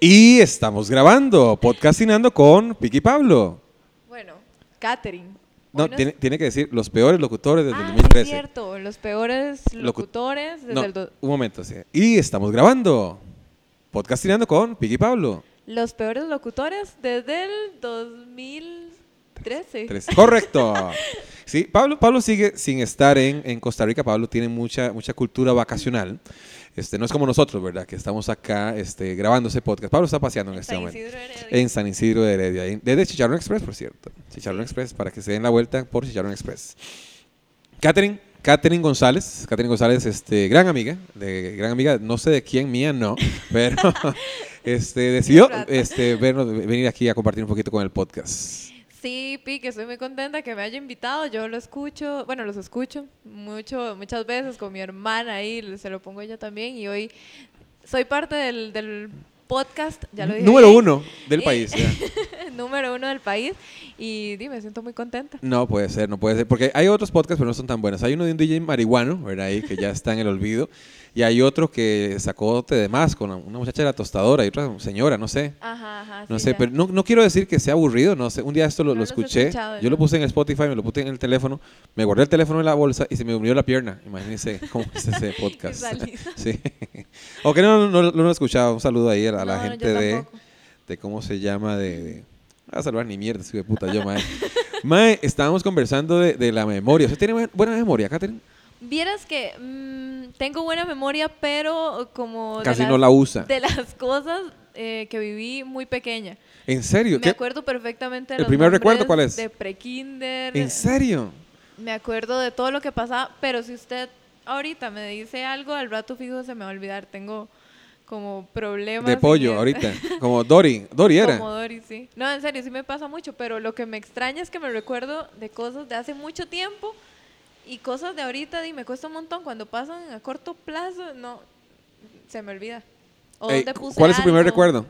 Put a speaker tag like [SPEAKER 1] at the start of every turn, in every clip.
[SPEAKER 1] Y estamos grabando, podcastinando con Piqui Pablo.
[SPEAKER 2] Bueno, Catherine.
[SPEAKER 1] No,
[SPEAKER 2] Hoy nos-
[SPEAKER 1] tiene, tiene que decir los peores locutores desde
[SPEAKER 2] Ah,
[SPEAKER 1] el
[SPEAKER 2] sí,
[SPEAKER 1] 2013.
[SPEAKER 2] es cierto. Los peores
[SPEAKER 1] Locu-
[SPEAKER 2] locutores desde
[SPEAKER 1] No,
[SPEAKER 2] el do-
[SPEAKER 1] un momento, sí. Y estamos grabando, podcastinando con Piqui Pablo.
[SPEAKER 2] Los peores locutores desde el 2013.
[SPEAKER 1] Tres. Correcto. Sí, Pablo, Pablo sigue sin estar en, en Costa Rica. Pablo tiene mucha, mucha cultura vacacional. Este, no es como nosotros, ¿verdad? Que estamos acá este, grabando ese podcast. Pablo está paseando en,
[SPEAKER 2] En
[SPEAKER 1] este
[SPEAKER 2] San
[SPEAKER 1] momento.
[SPEAKER 2] Isidro Heredia.
[SPEAKER 1] En San Isidro de Heredia. en- Desde Chicharrón Express, por cierto. Chicharrón Express, para que se den la vuelta por Chicharrón Express. Catherine, Catherine González. Catherine González, este, gran amiga. De, gran amiga, no sé de quién, mía no. Pero este, decidió
[SPEAKER 2] rata.
[SPEAKER 1] este, vernos- venir aquí a compartir un poquito con el podcast.
[SPEAKER 2] Sí, Pi, que estoy muy contenta que me haya invitado. Yo lo escucho, bueno, los escucho mucho, muchas veces con mi hermana ahí, se lo pongo ella también. Y hoy soy parte del, del podcast, ya lo dije.
[SPEAKER 1] Número
[SPEAKER 2] bien,
[SPEAKER 1] uno del
[SPEAKER 2] Y-
[SPEAKER 1] país. ya.
[SPEAKER 2] número uno del país. Y di, me siento muy contenta.
[SPEAKER 1] No puede ser, no puede ser. Porque hay otros podcasts, pero no son tan buenos. Hay uno de un DJ marihuano, ¿verdad? Ahí que ya está en el olvido. Y hay otro que sacó te de más con una muchacha de la tostadora y otra señora, no sé.
[SPEAKER 2] Ajá, ajá.
[SPEAKER 1] No
[SPEAKER 2] sí,
[SPEAKER 1] sé,
[SPEAKER 2] ya.
[SPEAKER 1] pero no, no quiero decir que sea aburrido, no sé. Un día esto lo,
[SPEAKER 2] No
[SPEAKER 1] lo
[SPEAKER 2] los he
[SPEAKER 1] escuché.
[SPEAKER 2] escuchado,
[SPEAKER 1] Yo lo
[SPEAKER 2] ¿no?
[SPEAKER 1] puse en Spotify, me lo puse en el teléfono, me guardé el teléfono en la bolsa y se me unió la pierna. Imagínense cómo es ese podcast.
[SPEAKER 2] salí.
[SPEAKER 1] sí. Aunque no, no, no lo he escuchado. Un saludo ahí a la, a la
[SPEAKER 2] No, no, yo
[SPEAKER 1] gente de,
[SPEAKER 2] tampoco.
[SPEAKER 1] de cómo se llama de. de- no voy a salvar ni mierda, hijo de puta, yo, mae. mae, estábamos conversando de, de la memoria. ¿Usted tiene buen- buena memoria, Catherine?
[SPEAKER 2] Vieras que mm, tengo buena memoria, pero como... Oh, de
[SPEAKER 1] Casi
[SPEAKER 2] las-
[SPEAKER 1] no la usa.
[SPEAKER 2] De las cosas eh, que viví muy pequeña.
[SPEAKER 1] ¿En serio?
[SPEAKER 2] Me
[SPEAKER 1] ¿Qué-
[SPEAKER 2] acuerdo perfectamente. de
[SPEAKER 1] ¿El
[SPEAKER 2] los
[SPEAKER 1] primer recuerdo
[SPEAKER 2] nombres
[SPEAKER 1] cuál es?
[SPEAKER 2] De prekinder.
[SPEAKER 1] ¿En serio?
[SPEAKER 2] Me acuerdo de todo lo que pasaba, pero si usted ahorita me dice algo, al rato fijo se me va a olvidar. Tengo como problemas.
[SPEAKER 1] De
[SPEAKER 2] en
[SPEAKER 1] pollo,
[SPEAKER 2] el-
[SPEAKER 1] ahorita. Como Dory. Dory era.
[SPEAKER 2] Como Dory, sí. No, en serio, sí me pasa mucho, pero lo que me extraña es que me recuerdo de cosas de hace mucho tiempo y cosas de ahorita y me cuesta un montón. Cuando pasan a corto plazo, no, se me olvida. O
[SPEAKER 1] Ey,
[SPEAKER 2] dónde puse
[SPEAKER 1] ¿Cuál es su primer
[SPEAKER 2] algo.
[SPEAKER 1] recuerdo?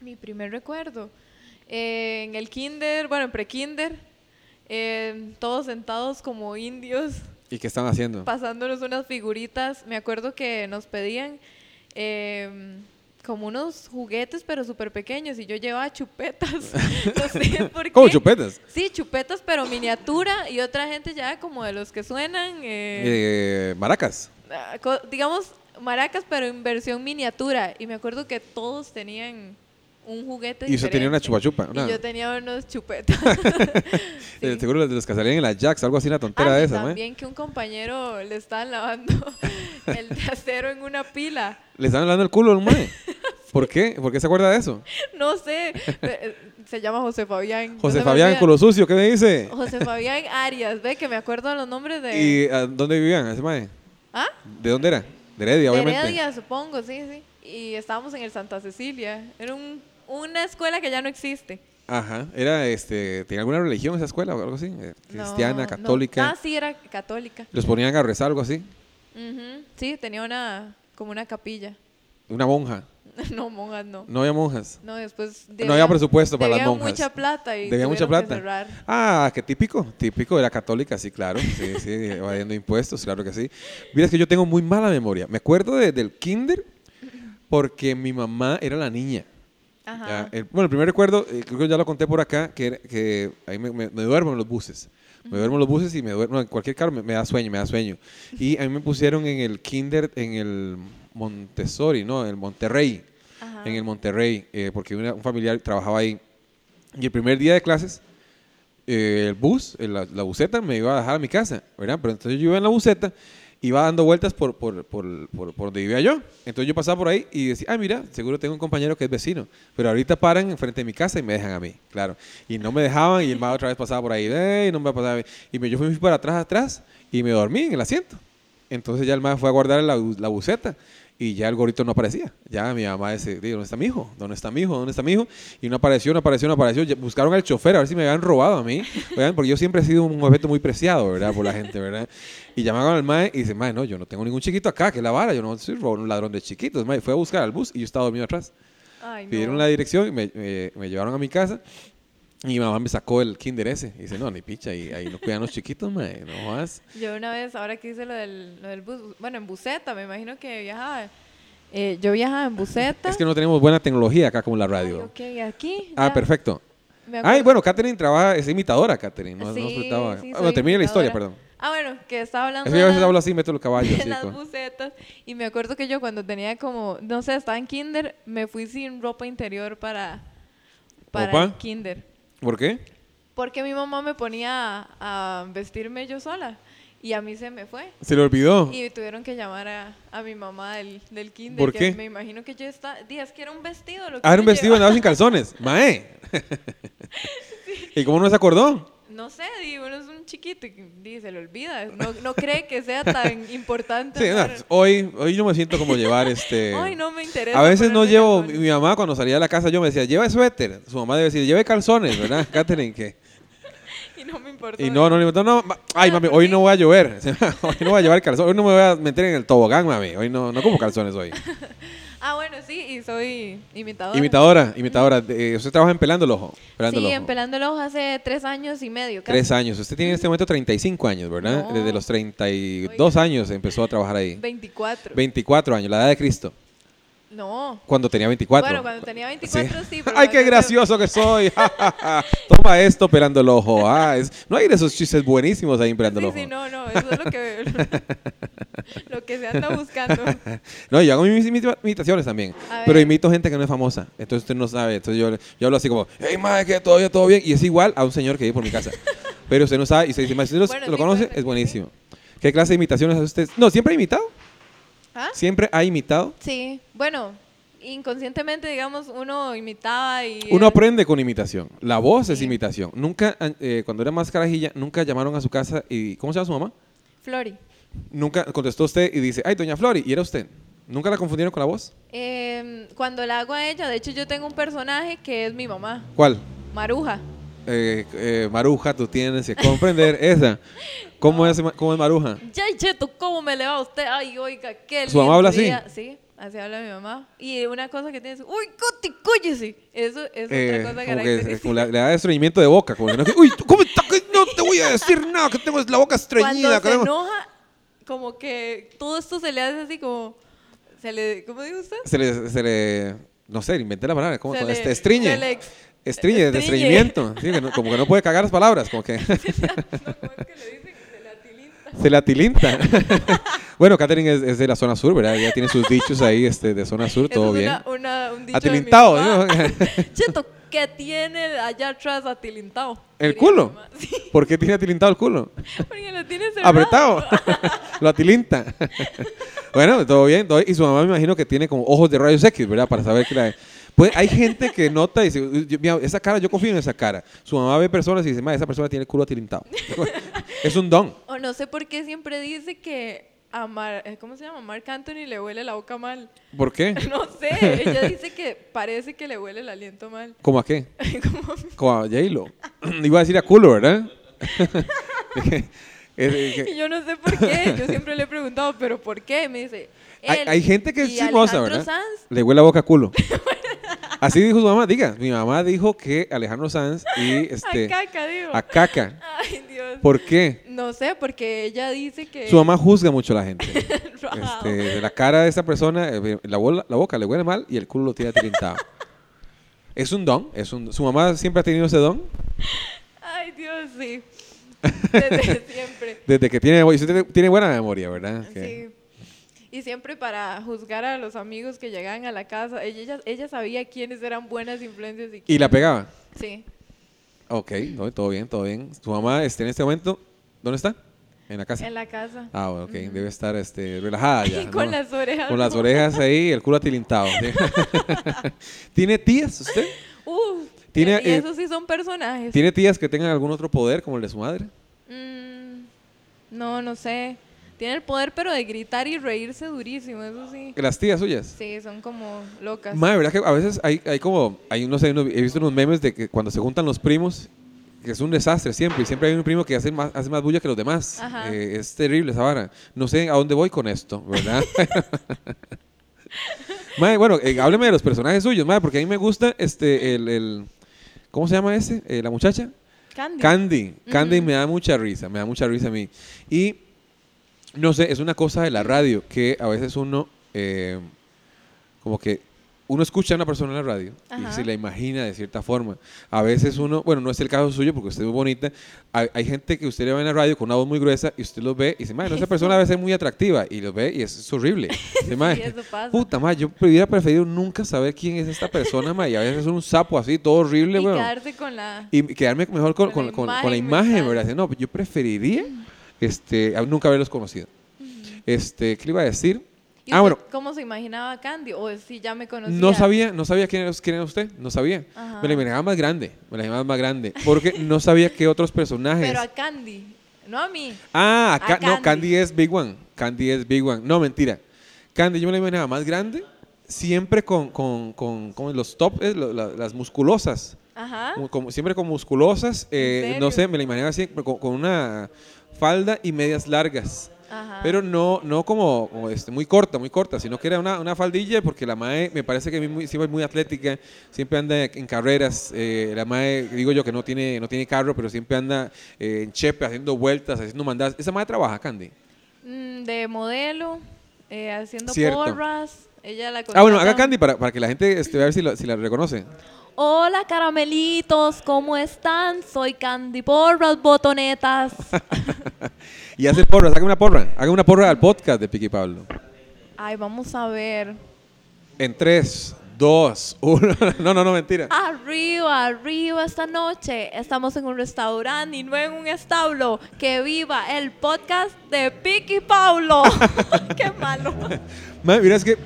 [SPEAKER 2] Mi primer recuerdo. eh, en el kinder, bueno, en pre-kinder, eh, todos sentados como indios
[SPEAKER 1] ¿Y qué están haciendo?
[SPEAKER 2] pasándonos unas figuritas. Me acuerdo que nos pedían eh, como unos juguetes, pero súper pequeños, y yo llevaba chupetas. no sé por qué.
[SPEAKER 1] ¿Cómo chupetas?
[SPEAKER 2] Sí, chupetas, pero miniatura, y otra gente ya como de los que suenan, eh,
[SPEAKER 1] Eh, maracas.
[SPEAKER 2] ah, co- digamos, maracas, pero en versión miniatura. Y me acuerdo que todos tenían un juguete
[SPEAKER 1] Y usted tenía una
[SPEAKER 2] diferente.
[SPEAKER 1] chupachupa. una-
[SPEAKER 2] Y yo tenía unos chupetas. Sí.
[SPEAKER 1] eh, seguro los de los que salían en las Jacks, algo así, una tontera
[SPEAKER 2] Ah,
[SPEAKER 1] de
[SPEAKER 2] y
[SPEAKER 1] esas, ¿no?
[SPEAKER 2] también que un compañero le estaban lavando el trasero en una pila.
[SPEAKER 1] Le están hablando el culo al mae. ¿Por qué? ¿Por qué se acuerda de eso?
[SPEAKER 2] No sé. eh, Se llama José Fabián. no se
[SPEAKER 1] José
[SPEAKER 2] me
[SPEAKER 1] Fabián,
[SPEAKER 2] olvida.
[SPEAKER 1] culo sucio, ¿qué me dice?
[SPEAKER 2] José Fabián Arias. Ve que me acuerdo los nombres de.
[SPEAKER 1] ¿Y a dónde vivían ese mae?
[SPEAKER 2] ¿Ah,
[SPEAKER 1] ¿De dónde era? De Heredia,
[SPEAKER 2] de
[SPEAKER 1] obviamente.
[SPEAKER 2] Heredia, supongo, sí, sí. Y estábamos en el Santa Cecilia. Era un- una escuela que ya no existe.
[SPEAKER 1] Ajá. ¿Era, este, tenía alguna religión esa escuela o algo así? Eh,
[SPEAKER 2] No,
[SPEAKER 1] Cristiana,
[SPEAKER 2] no.
[SPEAKER 1] católica.
[SPEAKER 2] Ah, sí, era católica.
[SPEAKER 1] ¿Los ponían a rezar algo así?
[SPEAKER 2] Ujú, Sí, tenía una. como una capilla.
[SPEAKER 1] Una monja.
[SPEAKER 2] No, monjas, no.
[SPEAKER 1] No había monjas.
[SPEAKER 2] No, después.
[SPEAKER 1] No había presupuesto para las
[SPEAKER 2] debían
[SPEAKER 1] monjas.
[SPEAKER 2] mucha plata y
[SPEAKER 1] Debía mucha
[SPEAKER 2] tuvieron que
[SPEAKER 1] plata.
[SPEAKER 2] cerrar.
[SPEAKER 1] Ah, qué típico, típico, era católica, sí, claro, sí, sí, evadiendo impuestos, claro que sí. Mira, es que yo tengo muy mala memoria. Me acuerdo de- del kinder porque mi mamá era la niña.
[SPEAKER 2] Ajá.
[SPEAKER 1] Ya, el- bueno, el primer recuerdo, eh, creo que ya lo conté por acá, que, era- que ahí me, me- me duermo en los buses. Me duermo en los buses y me duermo en cualquier carro, me, me da sueño, me da sueño. Y a mí me pusieron en el kinder, en el Montessori, ¿no? En el Monterrey.
[SPEAKER 2] Ajá.
[SPEAKER 1] En el Monterrey, eh, porque una- un familiar trabajaba ahí. Y el primer día de clases, eh, el bus, eh, la, la buseta me iba a dejar a mi casa, ¿verdad? Pero entonces yo iba en la buseta, iba dando vueltas por, por, por, por- por donde vivía yo. Entonces yo pasaba por ahí y decía, ah, mira, seguro tengo un compañero que es vecino, pero ahorita paran enfrente de mi casa y me dejan a mí, claro. Y no me dejaban y el más otra vez pasaba por ahí, "Ey, no me va a pasar a mí". Y me, yo fui para atrás, atrás y me dormí en el asiento. Entonces ya el más fue a guardar la, bu- la buceta y ya el gorrito no aparecía. Ya mi mamá dice, "Di, ¿dónde está mi hijo? ¿Dónde está mi hijo? ¿Dónde está mi hijo? Y no apareció, no apareció, no apareció. Ya Buscaron al chofer a ver si me habían robado a mí. Oigan, porque yo siempre he sido un objeto muy preciado, ¿verdad? Por la gente, ¿verdad? Y llamaron al mae y dice, mae, no, yo no tengo ningún chiquito acá, que la vara, yo no soy robo- un ladrón de chiquitos. Mae, fue a buscar al bus y yo estaba dormido atrás.
[SPEAKER 2] Ay, no.
[SPEAKER 1] Pidieron la dirección y me, me- me llevaron a mi casa. Y mi mamá me sacó el kinder ese. Y dice, no, ni picha, ahí, ahí no cuidan los chiquitos, mae, no jodas.
[SPEAKER 2] Yo una vez, ahora que hice lo del, lo del bus, bueno, en buseta, me imagino que viajaba. Eh, yo viajaba en buseta.
[SPEAKER 1] Es que no tenemos buena tecnología acá como la radio.
[SPEAKER 2] Ok, aquí.
[SPEAKER 1] Ah,
[SPEAKER 2] ya,
[SPEAKER 1] perfecto.
[SPEAKER 2] me
[SPEAKER 1] Ay,
[SPEAKER 2] acuerdo.
[SPEAKER 1] bueno, Catherine trabaja, es imitadora, Catherine. No, no
[SPEAKER 2] Sí,
[SPEAKER 1] soltaba-
[SPEAKER 2] sí,
[SPEAKER 1] Ah,
[SPEAKER 2] soy
[SPEAKER 1] bueno, termina la historia,
[SPEAKER 2] imitadora.
[SPEAKER 1] perdón.
[SPEAKER 2] Ah, bueno, que estaba hablando
[SPEAKER 1] Es que yo a veces
[SPEAKER 2] de-
[SPEAKER 1] hablo así, meto los caballos.
[SPEAKER 2] de
[SPEAKER 1] así,
[SPEAKER 2] las
[SPEAKER 1] con-
[SPEAKER 2] bucetas. Y me acuerdo que yo cuando tenía como, no sé, estaba en kinder, me fui sin ropa interior para, para
[SPEAKER 1] Opa.
[SPEAKER 2] el kinder.
[SPEAKER 1] ¿Por qué?
[SPEAKER 2] Porque mi mamá me ponía a, a vestirme yo sola y a mí se me fue.
[SPEAKER 1] Se le olvidó. Ah,
[SPEAKER 2] Y tuvieron que llamar a, a mi mamá del, del kinder.
[SPEAKER 1] ¿Por
[SPEAKER 2] que
[SPEAKER 1] qué?
[SPEAKER 2] Me imagino que yo estaba... di, Es que era un vestido. Lo que
[SPEAKER 1] Ah, era un
[SPEAKER 2] yo
[SPEAKER 1] vestido, andaba
[SPEAKER 2] llevaba.
[SPEAKER 1] sin calzones. Mae. ¿Y cómo no se acordó?
[SPEAKER 2] No sé, di, uno es un chiquito y di, se le olvida. No, no cree que sea tan importante.
[SPEAKER 1] Sí, no,
[SPEAKER 2] andar-
[SPEAKER 1] hoy, hoy yo me siento como llevar este.
[SPEAKER 2] Ay, no me interesa.
[SPEAKER 1] A veces no
[SPEAKER 2] ponerme
[SPEAKER 1] llevo, mi
[SPEAKER 2] calzones.
[SPEAKER 1] mi mamá cuando salía de la casa yo me decía, lleva suéter. Su mamá debe decir, lleve calzones, ¿verdad, Catherine? Que,
[SPEAKER 2] Y no me importa.
[SPEAKER 1] y no, no le digo, no, ma- ay, mami, hoy no voy a llover. hoy no voy a llevar calzones, hoy no me voy a meter en el tobogán, mami. Hoy no, no como calzones hoy.
[SPEAKER 2] Ah, bueno, sí, y soy imitadora.
[SPEAKER 1] Imitadora, imitadora. de- eh, usted trabaja en Pelando el Ojo. Pelando el
[SPEAKER 2] sí,
[SPEAKER 1] Ojo.
[SPEAKER 2] en Pelando el Ojo hace tres años y medio. Casi.
[SPEAKER 1] Tres años. Usted tiene en este momento 35 años, ¿verdad?
[SPEAKER 2] No.
[SPEAKER 1] Desde los 32 años empezó a trabajar ahí.
[SPEAKER 2] 24.
[SPEAKER 1] 24 años, la edad de Cristo.
[SPEAKER 2] No.
[SPEAKER 1] Cuando tenía 24.
[SPEAKER 2] Bueno, cuando tenía 24 sí, pero
[SPEAKER 1] Ay, qué
[SPEAKER 2] cuando-
[SPEAKER 1] gracioso que soy. Ja, ja, ja. Toma esto pelando el ojo. Ah, es- no hay de esos chistes buenísimos ahí en pelando el
[SPEAKER 2] Sí,
[SPEAKER 1] ojo.
[SPEAKER 2] sí, no, no, eso es lo que, lo que se anda buscando.
[SPEAKER 1] No, yo hago mis imita- imitaciones también.
[SPEAKER 2] A
[SPEAKER 1] Pero
[SPEAKER 2] ver.
[SPEAKER 1] imito gente que no es famosa. Entonces usted no sabe. Entonces yo, yo hablo así como, hey, madre, que todo bien, todo bien. Y es igual a un señor que vive por mi casa. Pero usted no sabe. Y usted dice, "Ma, si usted lo,
[SPEAKER 2] Bueno,
[SPEAKER 1] lo
[SPEAKER 2] sí, puede
[SPEAKER 1] conoce,
[SPEAKER 2] ser que
[SPEAKER 1] es buenísimo. ¿Qué clase de imitaciones hace usted? No, siempre ha imitado.
[SPEAKER 2] ¿Ah?
[SPEAKER 1] Siempre ha imitado.
[SPEAKER 2] Sí, bueno, inconscientemente, digamos, uno imitaba y...
[SPEAKER 1] Uno aprende con imitación. La voz es
[SPEAKER 2] Sí.
[SPEAKER 1] imitación. Nunca, eh, cuando era más carajilla, nunca llamaron a su casa y, ¿cómo se llama su mamá?
[SPEAKER 2] Flori.
[SPEAKER 1] Nunca contestó usted y dice, ay, doña Flori, y era usted. ¿Nunca la confundieron con la voz?
[SPEAKER 2] eh, cuando la hago a ella, de hecho yo tengo un personaje que es mi mamá,
[SPEAKER 1] ¿Cuál?
[SPEAKER 2] Maruja.
[SPEAKER 1] Eh, eh, Maruja, tú tienes que comprender esa. ¿Cómo, es, ma- ¿Cómo es Maruja?
[SPEAKER 2] Ya, Cheto, ¿cómo me le va a usted? Ay, oiga, qué
[SPEAKER 1] ¿Su mamá
[SPEAKER 2] lindo
[SPEAKER 1] habla así?
[SPEAKER 2] día. Sí, así habla mi mamá. Y una cosa que tiene es, uy, coti, cóllese. Eso es
[SPEAKER 1] Eh,
[SPEAKER 2] otra cosa
[SPEAKER 1] como que es- como
[SPEAKER 2] característica.
[SPEAKER 1] le, le da estreñimiento de boca. Como que no, que, Uy, ¿tú ¿cómo está? Que No te voy a decir nada, que tengo la boca
[SPEAKER 2] Cuando
[SPEAKER 1] estreñida.
[SPEAKER 2] se
[SPEAKER 1] caramba.
[SPEAKER 2] enoja, como que todo esto se le hace así como, se le, ¿cómo dice usted?
[SPEAKER 1] Se le, se le- no sé, inventé la palabra. ¿Cómo?
[SPEAKER 2] Se
[SPEAKER 1] Este,
[SPEAKER 2] le-
[SPEAKER 1] estriñe.
[SPEAKER 2] se le ex-
[SPEAKER 1] Estriñe, de
[SPEAKER 2] estriñe.
[SPEAKER 1] estreñimiento. Sí, que no- como que no puede cagar las palabras. Como que
[SPEAKER 2] No, ¿cómo es que le dicen? Se le atilinta.
[SPEAKER 1] se la tilinta. bueno, Catherine es, es de la zona sur, ¿verdad? Ya tiene sus dichos ahí este, de zona sur, todo
[SPEAKER 2] Eso es
[SPEAKER 1] bien.
[SPEAKER 2] Una, una, un dicho
[SPEAKER 1] Atilintado,
[SPEAKER 2] de mi mamá.
[SPEAKER 1] ¿no?
[SPEAKER 2] Cheto, ¿qué tiene allá atrás atilintado?
[SPEAKER 1] ¿El
[SPEAKER 2] Diría mi
[SPEAKER 1] culo?
[SPEAKER 2] mamá. Sí,
[SPEAKER 1] ¿Por qué tiene atilintado el culo?
[SPEAKER 2] porque lo tiene cerrado.
[SPEAKER 1] Apretado. Lo atilinta. bueno, todo bien. todo bien. Y su mamá me imagino que tiene como ojos de rayos X, ¿verdad? Para saber que la... Pues hay gente que nota y dice, "Uy, yo- mira, esa cara, yo confío en esa cara. Su mamá ve personas y dice, "Ma, esa persona tiene el culo atilintado. es un don.
[SPEAKER 2] O no sé por qué siempre dice que a Mar- eh, ¿cómo se llama? Marc Anthony le huele la boca mal.
[SPEAKER 1] ¿Por qué?
[SPEAKER 2] No sé, ella dice que parece que le huele el aliento mal.
[SPEAKER 1] ¿Cómo a qué?
[SPEAKER 2] Como-
[SPEAKER 1] Como a J-Lo. Iba a decir a culo, ¿verdad? Es- es que-
[SPEAKER 2] y yo no sé por qué, yo siempre le he preguntado, pero ¿por qué? Me dice,
[SPEAKER 1] Hay,
[SPEAKER 2] él
[SPEAKER 1] hay gente que es
[SPEAKER 2] y
[SPEAKER 1] chismosa,
[SPEAKER 2] Alejandro
[SPEAKER 1] ¿verdad?
[SPEAKER 2] Sanz,
[SPEAKER 1] Le huele la boca a culo. Así dijo su mamá, diga. Mi mamá dijo que Alejandro Sanz y este.
[SPEAKER 2] a caca, digo.
[SPEAKER 1] a caca.
[SPEAKER 2] Ay, Dios.
[SPEAKER 1] ¿Por qué?
[SPEAKER 2] No sé, porque ella dice que...
[SPEAKER 1] Su mamá juzga mucho a la gente.
[SPEAKER 2] Eh. Wow.
[SPEAKER 1] Este, de la cara de esa persona, eh, la, bola- la boca le huele mal y el culo lo tiene atirintado. es un don, es un, su mamá siempre ha tenido ese don.
[SPEAKER 2] Ay, Dios, sí. Desde siempre.
[SPEAKER 1] Desde que tiene memoria. Y usted tiene- tiene buena memoria, ¿verdad? Que-
[SPEAKER 2] Sí. Y siempre para juzgar a los amigos que llegaban a la casa, ella, ella, ella sabía quiénes eran buenas influencias y
[SPEAKER 1] Y
[SPEAKER 2] quiénes...
[SPEAKER 1] la pegaba.
[SPEAKER 2] Sí.
[SPEAKER 1] Ok, no, todo bien, todo bien. Su mamá este, en este momento, ¿dónde está? En la casa.
[SPEAKER 2] En la casa.
[SPEAKER 1] Ah, bueno, ok. Debe estar este, relajada ya.
[SPEAKER 2] Y con
[SPEAKER 1] ¿no?
[SPEAKER 2] las orejas.
[SPEAKER 1] Con las orejas ahí, el culo atilintado. ¿sí? ¿Tiene tías usted?
[SPEAKER 2] Uh,
[SPEAKER 1] Tiene,
[SPEAKER 2] y
[SPEAKER 1] eh,
[SPEAKER 2] esos sí son personajes.
[SPEAKER 1] ¿Tiene tías que tengan algún otro poder como el de su madre?
[SPEAKER 2] Mm, no, no sé. Tiene el poder, pero de gritar y reírse durísimo, eso sí.
[SPEAKER 1] Las tías suyas.
[SPEAKER 2] Sí, son como locas.
[SPEAKER 1] Madre, ¿verdad que a veces hay, hay como, hay, no sé, unos- he visto unos memes de que cuando se juntan los primos, que es un desastre siempre, y siempre hay un primo que hace más, hace más bulla que los demás.
[SPEAKER 2] Ajá.
[SPEAKER 1] Eh, es terrible esa vara. No sé a dónde voy con esto, ¿verdad? Madre, bueno, eh, hábleme de los personajes suyos, madre, porque a mí me gusta este, el, el- ¿cómo se llama ese? Eh, la muchacha.
[SPEAKER 2] Candy.
[SPEAKER 1] Candy. Candy me da mucha risa, me da mucha risa a mí. Y no sé, es una cosa de la radio que a veces uno eh, como que uno escucha a una persona en la radio
[SPEAKER 2] Ajá.
[SPEAKER 1] y se la imagina de cierta forma. A veces uno, bueno, no es el caso suyo porque usted es muy bonita. Hay, hay gente que usted le ve en la radio con una voz muy gruesa y usted los ve y dice, madre, no, esa persona debe ser muy atractiva. Y los ve y es, es horrible. Dice, "Mae,
[SPEAKER 2] Sí, eso pasa.
[SPEAKER 1] puta, madre, yo hubiera preferido nunca saber quién es esta persona, madre. Y a veces es un sapo así, todo horrible,
[SPEAKER 2] Y
[SPEAKER 1] weón.
[SPEAKER 2] quedarse con la...
[SPEAKER 1] Y quedarme mejor con,
[SPEAKER 2] Con
[SPEAKER 1] con,
[SPEAKER 2] la
[SPEAKER 1] con- con la
[SPEAKER 2] imagen mental.
[SPEAKER 1] imagen, ¿verdad? Dice, No, pues yo preferiría este, a- nunca haberlos conocido. Este, ¿Qué le iba a decir?
[SPEAKER 2] ¿Y
[SPEAKER 1] Ah,
[SPEAKER 2] usted
[SPEAKER 1] bueno,
[SPEAKER 2] ¿Cómo se imaginaba a Candy? O si ya me conocía.
[SPEAKER 1] no sabía, no sabía quién era, quién era usted, no sabía.
[SPEAKER 2] Ajá.
[SPEAKER 1] Me la imaginaba más grande, me la imaginaba más grande, porque no sabía qué otros personajes.
[SPEAKER 2] Pero a Candy, no a mí.
[SPEAKER 1] ah,
[SPEAKER 2] a
[SPEAKER 1] Ca- no,
[SPEAKER 2] Candy.
[SPEAKER 1] Candy es Big One, Candy es Big One. No, mentira. Candy yo me la imaginaba más grande, siempre con, con, con, con los top, eh, lo- la- las musculosas.
[SPEAKER 2] Ajá.
[SPEAKER 1] Como- como- siempre con musculosas, eh,
[SPEAKER 2] Ah. serio?
[SPEAKER 1] no sé, me la imaginaba así, pero con, con una falda y medias largas.
[SPEAKER 2] Ajá.
[SPEAKER 1] Pero no, no como, como, este, muy corta, muy corta, sino que era una, una faldilla porque la MAE me parece que es muy- siempre es muy atlética, siempre anda en carreras. eh, la MAE, digo yo que no tiene, no tiene carro, pero siempre anda eh, en chepe, haciendo vueltas, haciendo mandadas. Esa MAE trabaja, Candy.
[SPEAKER 2] Mm, de modelo, eh, haciendo
[SPEAKER 1] Cierto.
[SPEAKER 2] porras. Ella la
[SPEAKER 1] Ah, bueno, haga
[SPEAKER 2] contratan.
[SPEAKER 1] Candy para, para que la gente este, vea a ver si la, si la reconoce.
[SPEAKER 2] Hola, caramelitos, ¿cómo están? Soy Candy Porras Botonetas.
[SPEAKER 1] Y hace porras, haga una porra, haga una porra al podcast de Piqui Pablo.
[SPEAKER 2] Ay, vamos a ver.
[SPEAKER 1] En 3, 2, 1. No, no, no, mentira.
[SPEAKER 2] Arriba, arriba esta noche. Estamos en un restaurante y no en un establo. Que viva el podcast de Piqui Paulo. Qué malo.
[SPEAKER 1] Madre, mira, es que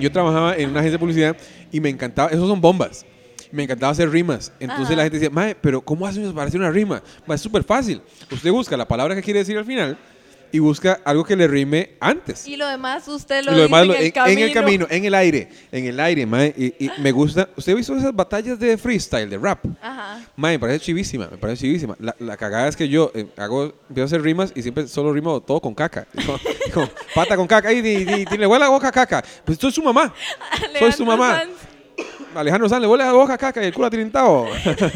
[SPEAKER 1] yo trabajaba en una agencia de publicidad y me encantaba, esos son bombas. Me encantaba hacer rimas. Entonces
[SPEAKER 2] Ajá.
[SPEAKER 1] la gente decía, madre, pero ¿cómo hace uno para hacer una rima? Ma, es súper fácil. Usted busca la palabra que quiere decir al final y busca algo que le rime antes.
[SPEAKER 2] Y lo demás usted
[SPEAKER 1] Y
[SPEAKER 2] lo,
[SPEAKER 1] lo demás
[SPEAKER 2] dice
[SPEAKER 1] lo- en, en el camino, en el aire, en el aire, madre. Y, y me gusta. ¿Usted ha visto esas batallas de freestyle, de rap?
[SPEAKER 2] Ajá.
[SPEAKER 1] Madre, me parece chivísima, me parece chivísima. La, la cagada es que yo eh, hago, empiezo a hacer rimas y siempre solo rimo todo con caca. Como- como, pata con caca, y, le huele la boca a caca. Pues soy su mamá, soy
[SPEAKER 2] Alejandro
[SPEAKER 1] su mamá.
[SPEAKER 2] Sanz.
[SPEAKER 1] Alejandro Sanz le huele la boca a caca y el culo atrintado.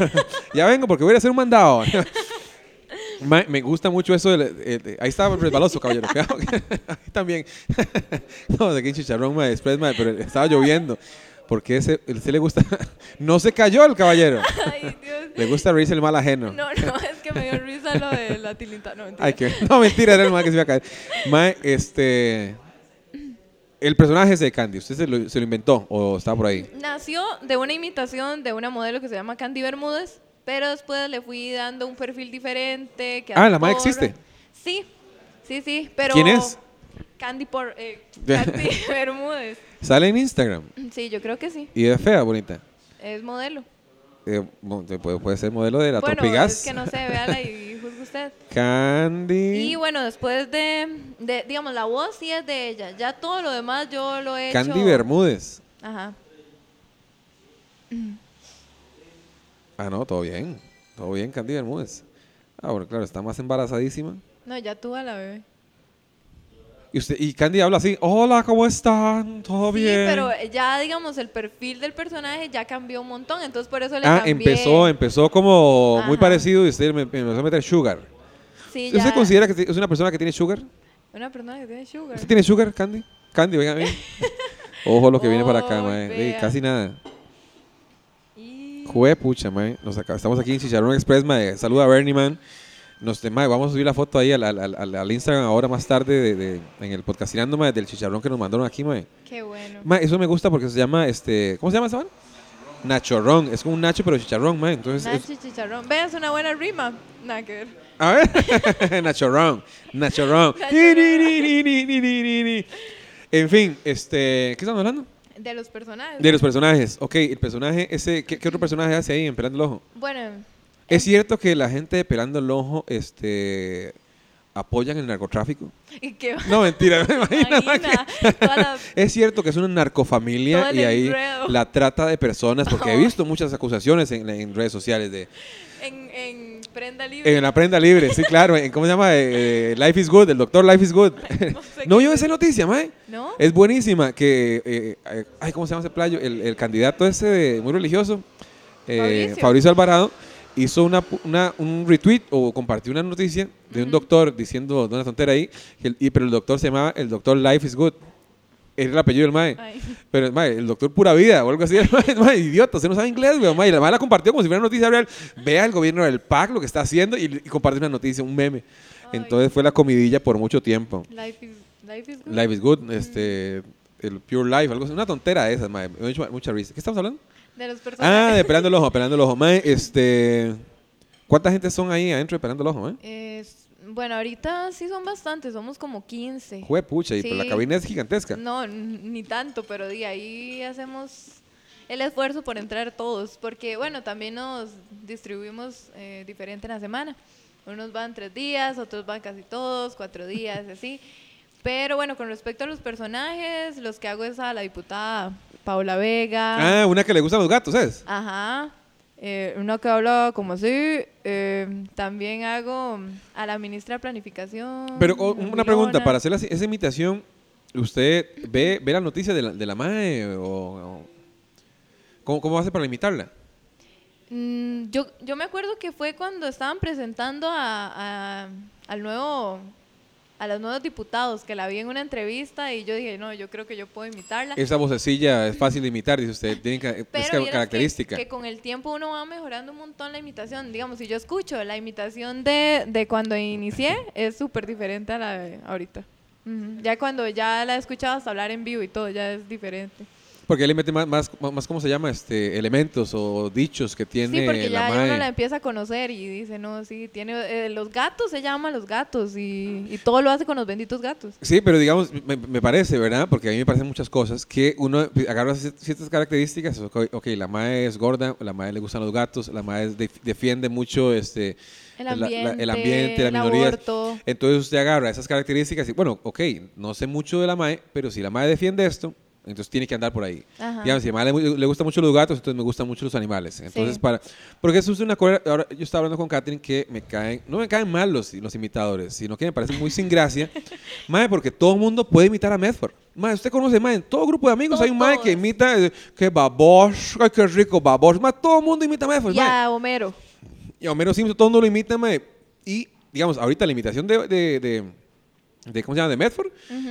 [SPEAKER 1] ya vengo porque voy a ir a hacer un mandado. Mae, me gusta mucho eso. del- eh, de- ahí estaba resbaloso, caballero. cuidado. ahí también. no, de qué chicharrón, mae, después, mae, pero estaba lloviendo. Porque ese, ese le gusta. no se cayó el caballero.
[SPEAKER 2] Ay, Dios.
[SPEAKER 1] Le gusta reírse el mal ajeno.
[SPEAKER 2] No, no, es que me dio risa lo de la tilinta. No, mentira.
[SPEAKER 1] Ay, qué- No, mentira, era el mae que se iba a caer. Mae, este. El personaje ese de Candy, ¿usted se lo, se lo inventó o está por ahí?
[SPEAKER 2] Nació de una imitación de una modelo que se llama Candy Bermúdez, pero después le fui dando un perfil diferente. que
[SPEAKER 1] Ah,
[SPEAKER 2] hace
[SPEAKER 1] ¿la madre
[SPEAKER 2] porras.
[SPEAKER 1] existe?
[SPEAKER 2] Sí, sí, sí, pero...
[SPEAKER 1] ¿Quién es?
[SPEAKER 2] Candy, por, eh, Candy Bermúdez.
[SPEAKER 1] Sale en Instagram
[SPEAKER 2] Sí, yo creo que sí,
[SPEAKER 1] y es fea, bonita.
[SPEAKER 2] es modelo.
[SPEAKER 1] Eh, bueno, te puede, puede ser modelo de la
[SPEAKER 2] bueno,
[SPEAKER 1] Tropigas.
[SPEAKER 2] es que no sé, véala y juzgue usted.
[SPEAKER 1] Candy.
[SPEAKER 2] Y bueno, después de, de, digamos, la voz sí es de ella, ya todo lo demás yo lo he
[SPEAKER 1] Candy
[SPEAKER 2] hecho...
[SPEAKER 1] Bermúdez.
[SPEAKER 2] Ajá.
[SPEAKER 1] Ah, no, todo bien. Todo bien, Candy Bermúdez. Ah, bueno, claro, está más embarazadísima.
[SPEAKER 2] No, ya tuvo a la bebé.
[SPEAKER 1] Y, usted, y Candy habla así, hola, ¿cómo están? ¿Todo
[SPEAKER 2] Sí,
[SPEAKER 1] bien?
[SPEAKER 2] pero ya digamos el perfil del personaje ya cambió un montón, entonces por eso le
[SPEAKER 1] ah,
[SPEAKER 2] cambié.
[SPEAKER 1] empezó, empezó como muy
[SPEAKER 2] Ajá.
[SPEAKER 1] parecido y usted me, me empezó a meter sugar.
[SPEAKER 2] Sí,
[SPEAKER 1] ¿Usted
[SPEAKER 2] ya.
[SPEAKER 1] considera que es una persona que tiene sugar?
[SPEAKER 2] Una persona que tiene sugar.
[SPEAKER 1] ¿Usted tiene sugar, Candy? Candy, venga a mí. Ojo lo que viene para acá,
[SPEAKER 2] Oh,
[SPEAKER 1] mae. Ey,
[SPEAKER 2] vea.
[SPEAKER 1] Casi nada.
[SPEAKER 2] Y-
[SPEAKER 1] Jue pucha, mae. Nos acá- estamos aquí en Chicharrón Express, mae. Saluda a Bernie, man. Nos, mae, vamos a subir la foto ahí al, al- al- al Instagram ahora más tarde de, de- en el podcastinando, mae, del chicharrón que nos mandaron aquí, mae.
[SPEAKER 2] Qué bueno.
[SPEAKER 1] Mae, eso me gusta porque se llama, este, ¿cómo se llama esa man? Nachorrón. Es como un nacho, pero chicharrón, mae. Entonces, es-
[SPEAKER 2] Nacho y chicharrón. Veas una buena rima. Nada que ver.
[SPEAKER 1] a ver. Nachorrón. Nachorrón. Ni, ni, ni, ni, ni, ni, ni, ni, ni. En fin, este, ¿qué estamos hablando?
[SPEAKER 2] De los personajes.
[SPEAKER 1] De los personajes. Ok, el personaje ese, ¿qué, qué otro personaje hace ahí en Pelando el Ojo?
[SPEAKER 2] Bueno,
[SPEAKER 1] ¿Es cierto que la gente de Pelando el Ojo este, apoyan el narcotráfico?
[SPEAKER 2] y qué va-
[SPEAKER 1] No, mentira, me imagino.
[SPEAKER 2] Imagina, toda la-
[SPEAKER 1] Es cierto que es una
[SPEAKER 2] Todo
[SPEAKER 1] narcofamilia
[SPEAKER 2] el
[SPEAKER 1] y ahí
[SPEAKER 2] enredo.
[SPEAKER 1] la trata de personas, porque he visto muchas acusaciones en, en redes sociales de...
[SPEAKER 2] en, en prenda libre.
[SPEAKER 1] En la prenda libre, sí, claro. En, ¿Cómo se llama? Eh, eh, Life is Good, el doctor Life is Good.
[SPEAKER 2] no sé
[SPEAKER 1] ¿No
[SPEAKER 2] qué
[SPEAKER 1] vio
[SPEAKER 2] es
[SPEAKER 1] esa
[SPEAKER 2] eso.
[SPEAKER 1] noticia, mae?
[SPEAKER 2] ¿No?
[SPEAKER 1] Es buenísima que... eh, eh, ay, ¿cómo se llama ese playo? El, el candidato ese de- muy religioso, eh,
[SPEAKER 2] Fabricio.
[SPEAKER 1] Fabricio Alvarado, hizo una, pu- una- un retweet o compartió una noticia de un doctor diciendo una tontera ahí, que el- y, pero el doctor se llamaba el doctor Life is Good. era el apellido del mae.
[SPEAKER 2] Ay.
[SPEAKER 1] Pero, mae, el doctor pura vida o algo así. El mae, mae, idiota, usted no sabe inglés, weón. Mae, y la mae la compartió como si fuera una noticia real. Vea el gobierno del PAC lo que está haciendo y, y comparte una noticia, un meme.
[SPEAKER 2] Ay.
[SPEAKER 1] Entonces fue la comidilla por mucho tiempo.
[SPEAKER 2] Life is, life is good.
[SPEAKER 1] Life is good, este, el pure life, algo así. Una tontera de esas, mae. Me ha hecho mucha risa. ¿Qué estamos hablando?
[SPEAKER 2] De los personajes.
[SPEAKER 1] Ah, de pelando el ojo, pelando el ojo. Mae, este. ¿Cuánta gente son ahí adentro de pelando el ojo, eh?
[SPEAKER 2] Es- bueno, ahorita sí son bastantes, somos como 15.
[SPEAKER 1] Jue pucha, y pues la
[SPEAKER 2] Sí.
[SPEAKER 1] cabina es gigantesca.
[SPEAKER 2] No, n- ni tanto, pero de ahí hacemos el esfuerzo por entrar todos, porque bueno, también nos distribuimos eh, diferente en la semana. Unos van tres días, otros van casi todos, cuatro días, así. Pero bueno, con respecto a los personajes, los que hago es a la diputada Paula Vega.
[SPEAKER 1] Ah, una que le gustan los gatos, ¿sabes?
[SPEAKER 2] Ajá. eh, uno que habla como así. eh, también hago a la ministra de Planificación.
[SPEAKER 1] Pero o- una pregunta,
[SPEAKER 2] Vilona.
[SPEAKER 1] para hacer así- esa imitación, ¿usted ve, ve la noticia de la, de la MAE o, o- ¿cómo, cómo hace para imitarla?
[SPEAKER 2] Mm, yo, yo me acuerdo que fue cuando estaban presentando a, a- al nuevo a los nuevos diputados que la vi en una entrevista y yo dije no yo creo que yo puedo imitarla
[SPEAKER 1] Esa vocecilla es fácil de imitar, dice usted, tiene ca-
[SPEAKER 2] pero
[SPEAKER 1] es ca-
[SPEAKER 2] vieras que-
[SPEAKER 1] característica.
[SPEAKER 2] que, con el tiempo uno va mejorando un montón la imitación digamos si yo escucho la imitación de, de cuando inicié es súper diferente a la de ahorita Ujú. ya cuando ya la he escuchado hasta hablar en vivo y todo ya es diferente
[SPEAKER 1] Porque él le mete más, más, más, ¿cómo se llama? Este, elementos o dichos que tiene
[SPEAKER 2] Sí, porque
[SPEAKER 1] la
[SPEAKER 2] ya uno
[SPEAKER 1] MAE.
[SPEAKER 2] la empieza a conocer y dice, no, sí, tiene eh, los gatos, se llama los gatos y, y todo lo hace con los benditos gatos.
[SPEAKER 1] Sí, pero digamos, me, me parece, ¿verdad? Porque a mí me parecen muchas cosas que uno agarra cier- ciertas características. Ok, ok, la madre es gorda, la madre le gustan los gatos, la madre def- defiende mucho este,
[SPEAKER 2] El
[SPEAKER 1] la- la-
[SPEAKER 2] ambiente,
[SPEAKER 1] el ambiente, la
[SPEAKER 2] el
[SPEAKER 1] minoría.
[SPEAKER 2] aborto.
[SPEAKER 1] Entonces usted agarra esas características y, bueno, ok, no sé mucho de la madre, pero si la madre defiende esto, entonces tiene que andar por ahí.
[SPEAKER 2] Ajá.
[SPEAKER 1] Digamos, si a la madre le, le gustan mucho los gatos, entonces me gustan mucho los animales. Entonces,
[SPEAKER 2] Sí.
[SPEAKER 1] para. Porque eso es una cosa. Ahora, yo estaba hablando con Catherine que me caen. No me caen mal los, los imitadores, sino que me parecen muy sin gracia. Madre, porque todo el mundo puede imitar a Medford. Madre, usted conoce, madre, en todo grupo de amigos
[SPEAKER 2] To-
[SPEAKER 1] hay un madre que
[SPEAKER 2] todos.
[SPEAKER 1] imita. eh, Que babos, ay, qué rico, babos. Madre, todo el mundo imita a Medford.
[SPEAKER 2] y
[SPEAKER 1] madre.
[SPEAKER 2] a Homero.
[SPEAKER 1] Y a Homero Simpson todo el mundo lo imita, mae. Y, digamos, ahorita la imitación de, de, de, de- ¿cómo se llama? De Medford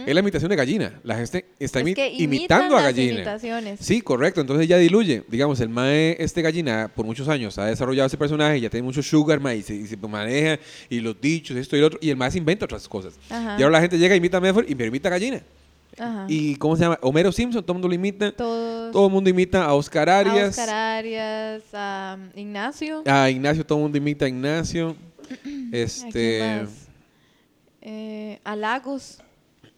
[SPEAKER 1] es la imitación de gallina. La gente está
[SPEAKER 2] Es
[SPEAKER 1] imi-
[SPEAKER 2] que imitan
[SPEAKER 1] imitando a
[SPEAKER 2] las
[SPEAKER 1] gallina.
[SPEAKER 2] imitaciones.
[SPEAKER 1] Sí, correcto. Entonces ya diluye. Digamos, el mae, este gallina, por muchos años ha desarrollado ese personaje, ya tiene mucho sugar, mae, y se, y se maneja, y los dichos, esto y lo otro. Y el mae se inventa otras cosas.
[SPEAKER 2] Ajá.
[SPEAKER 1] Y ahora la gente llega, e imita a Medford y pero imita a gallina.
[SPEAKER 2] Ajá.
[SPEAKER 1] Y, ¿cómo se llama? Homero Simpson, todo el mundo lo imita.
[SPEAKER 2] Todos.
[SPEAKER 1] Todo el mundo imita a Oscar Arias.
[SPEAKER 2] A Oscar Arias, a um, Ignacio.
[SPEAKER 1] A Ignacio, todo el mundo imita a Ignacio.
[SPEAKER 2] ¿a quién
[SPEAKER 1] Este.
[SPEAKER 2] más? Eh, a Lagos.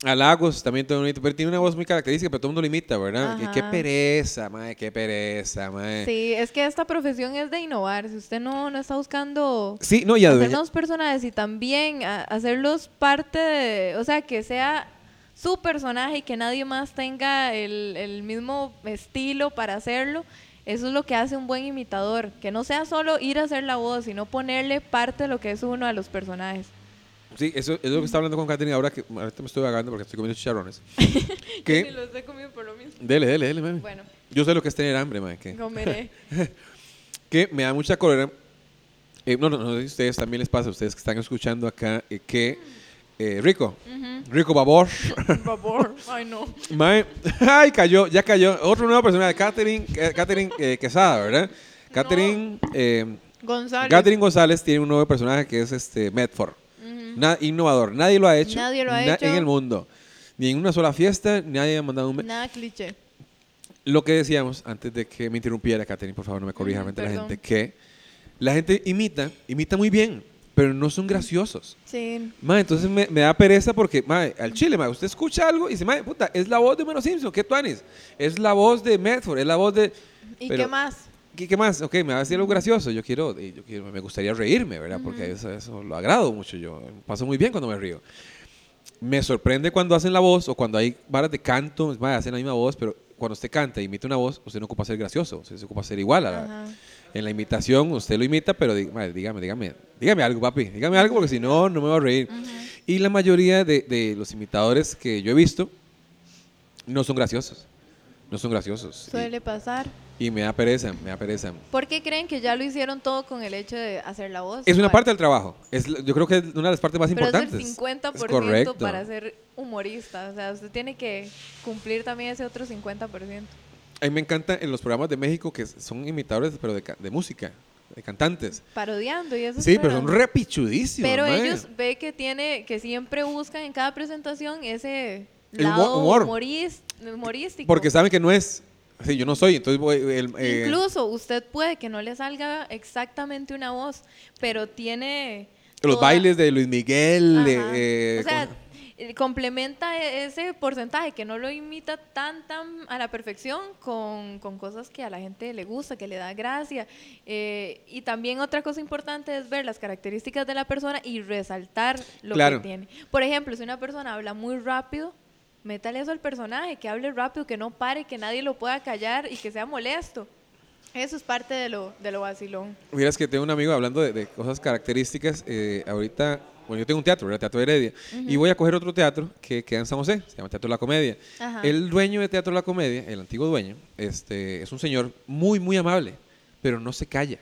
[SPEAKER 1] A Lagos también todo bonito. Pero tiene una voz muy característica, pero todo el mundo lo imita, ¿verdad? Que- Qué
[SPEAKER 2] Ajá.
[SPEAKER 1] pereza, madre, qué pereza, madre. Sí.
[SPEAKER 2] Sí, es que esta profesión es de innovar. Si usted no, no está buscando
[SPEAKER 1] no, y adueña-
[SPEAKER 2] hacer nuevos personajes y también a- hacerlos parte de, o sea, que sea su personaje y que nadie más tenga el, el mismo estilo para hacerlo. Eso es lo que hace un buen imitador, que no sea solo ir a hacer la voz, sino ponerle parte de lo que es uno a los personajes.
[SPEAKER 1] Sí, eso es lo que está hablando con Katherine ahora que ahorita me estoy vagando porque estoy comiendo chicharrones.
[SPEAKER 2] Ni
[SPEAKER 1] que,
[SPEAKER 2] los he comido por lo mismo.
[SPEAKER 1] dele, dele, dele, madre.
[SPEAKER 2] Bueno,
[SPEAKER 1] Yo sé lo que es tener hambre, madre. Que,
[SPEAKER 2] comeré.
[SPEAKER 1] que me da mucha cólera. Eh, no, no, no sé si a ustedes también les pasa, a ustedes que están escuchando acá, eh, que eh, Rico, Rico Babor,
[SPEAKER 2] Por favor, ay no.
[SPEAKER 1] Mae, ay, cayó, ya cayó. Otro nuevo personaje, Catherine, eh, Catherine eh, Quesada, ¿verdad? Catherine, eh,
[SPEAKER 2] González.
[SPEAKER 1] Catherine González tiene un nuevo personaje que es este Medford. Na- innovador. Nadie lo ha hecho.
[SPEAKER 2] Mm. Nadie lo ha
[SPEAKER 1] na-
[SPEAKER 2] hecho.
[SPEAKER 1] En el mundo. Ni en una sola fiesta, nadie ha mandado un... me-
[SPEAKER 2] Nada cliché.
[SPEAKER 1] Lo que decíamos antes de que me interrumpiera, Catherine, por favor, no me corrija
[SPEAKER 2] Ujú,
[SPEAKER 1] mente la
[SPEAKER 2] Mm, perdón.
[SPEAKER 1] gente, que la gente imita, imita muy bien, pero no son graciosos.
[SPEAKER 2] Sí.
[SPEAKER 1] Mae, entonces me, me da pereza porque, mae, al chile, mae, usted escucha algo y dice, mae, puta, es la voz de Homero Simpson, ¿qué tuanis? Es la voz de Medford, es la voz de...
[SPEAKER 2] ¿Y
[SPEAKER 1] Pero-
[SPEAKER 2] qué más?
[SPEAKER 1] ¿Qué, qué más? Ok, me va a decir algo gracioso, yo quiero, eh, yo quiero- me gustaría reírme, ¿verdad? Porque eso, eso lo agrado mucho yo, paso muy bien cuando me río. Me sorprende cuando hacen la voz o cuando hay varas de canto, es mae, hacen la misma voz, pero cuando usted canta e imita una voz, usted no ocupa ser gracioso, usted se ocupa ser igual a la...
[SPEAKER 2] Ajá.
[SPEAKER 1] En la imitación usted lo imita, pero di- madre, dígame, dígame, dígame algo, papi, dígame algo porque si no, no me va a reír. Y la mayoría de, de los imitadores que yo he visto no son graciosos, no son graciosos. Y-
[SPEAKER 2] Suele pasar.
[SPEAKER 1] Y me da pereza, me da pereza.
[SPEAKER 2] ¿Por qué creen que ya lo hicieron todo con el hecho de hacer la voz?
[SPEAKER 1] Es una
[SPEAKER 2] Para-
[SPEAKER 1] parte del trabajo. Es, la- yo creo que es una de las partes más
[SPEAKER 2] Pero es
[SPEAKER 1] importantes.
[SPEAKER 2] el 50%
[SPEAKER 1] Es correcto.
[SPEAKER 2] para ser humorista. O sea, usted tiene que cumplir también ese otro 50%.
[SPEAKER 1] A mí me encanta en los programas de México que son imitadores, pero de, ca- de música, de cantantes.
[SPEAKER 2] Parodiando y eso.
[SPEAKER 1] Sí, pero son repichudísimos.
[SPEAKER 2] Pero
[SPEAKER 1] mae.
[SPEAKER 2] ellos ve que tiene, que siempre buscan en cada presentación ese
[SPEAKER 1] El humo-
[SPEAKER 2] lado
[SPEAKER 1] humor.
[SPEAKER 2] humoris- humorístico.
[SPEAKER 1] Porque saben que no es. Sí, yo no soy, entonces voy. el- eh,
[SPEAKER 2] Incluso usted puede que no le salga exactamente una voz, pero tiene...
[SPEAKER 1] los
[SPEAKER 2] toda-
[SPEAKER 1] bailes de Luis Miguel. de,
[SPEAKER 2] Ajá.
[SPEAKER 1] eh,
[SPEAKER 2] o sea,
[SPEAKER 1] ¿cómo se-
[SPEAKER 2] eh, complementa e- ese porcentaje que no lo imita tan tan a la perfección con, con cosas que a la gente le gusta, que le da gracia. Eh, y también otra cosa importante es ver las características de la persona y resaltar lo
[SPEAKER 1] Claro.
[SPEAKER 2] que tiene. Por ejemplo, si una persona habla muy rápido, métale eso al personaje, que hable rápido, que no pare, que nadie lo pueda callar y que sea molesto. Eso es parte de lo, de lo vacilón.
[SPEAKER 1] Vieras que tengo un amigo hablando de, de cosas características. eh, ahorita, bueno, yo tengo un teatro, ¿verdad? Teatro Heredia. Y voy a coger otro teatro que queda en San José, se llama Teatro La Comedia.
[SPEAKER 2] Ajá.
[SPEAKER 1] El dueño de Teatro La Comedia, el antiguo dueño, este, es un señor muy, muy amable, pero no se calla.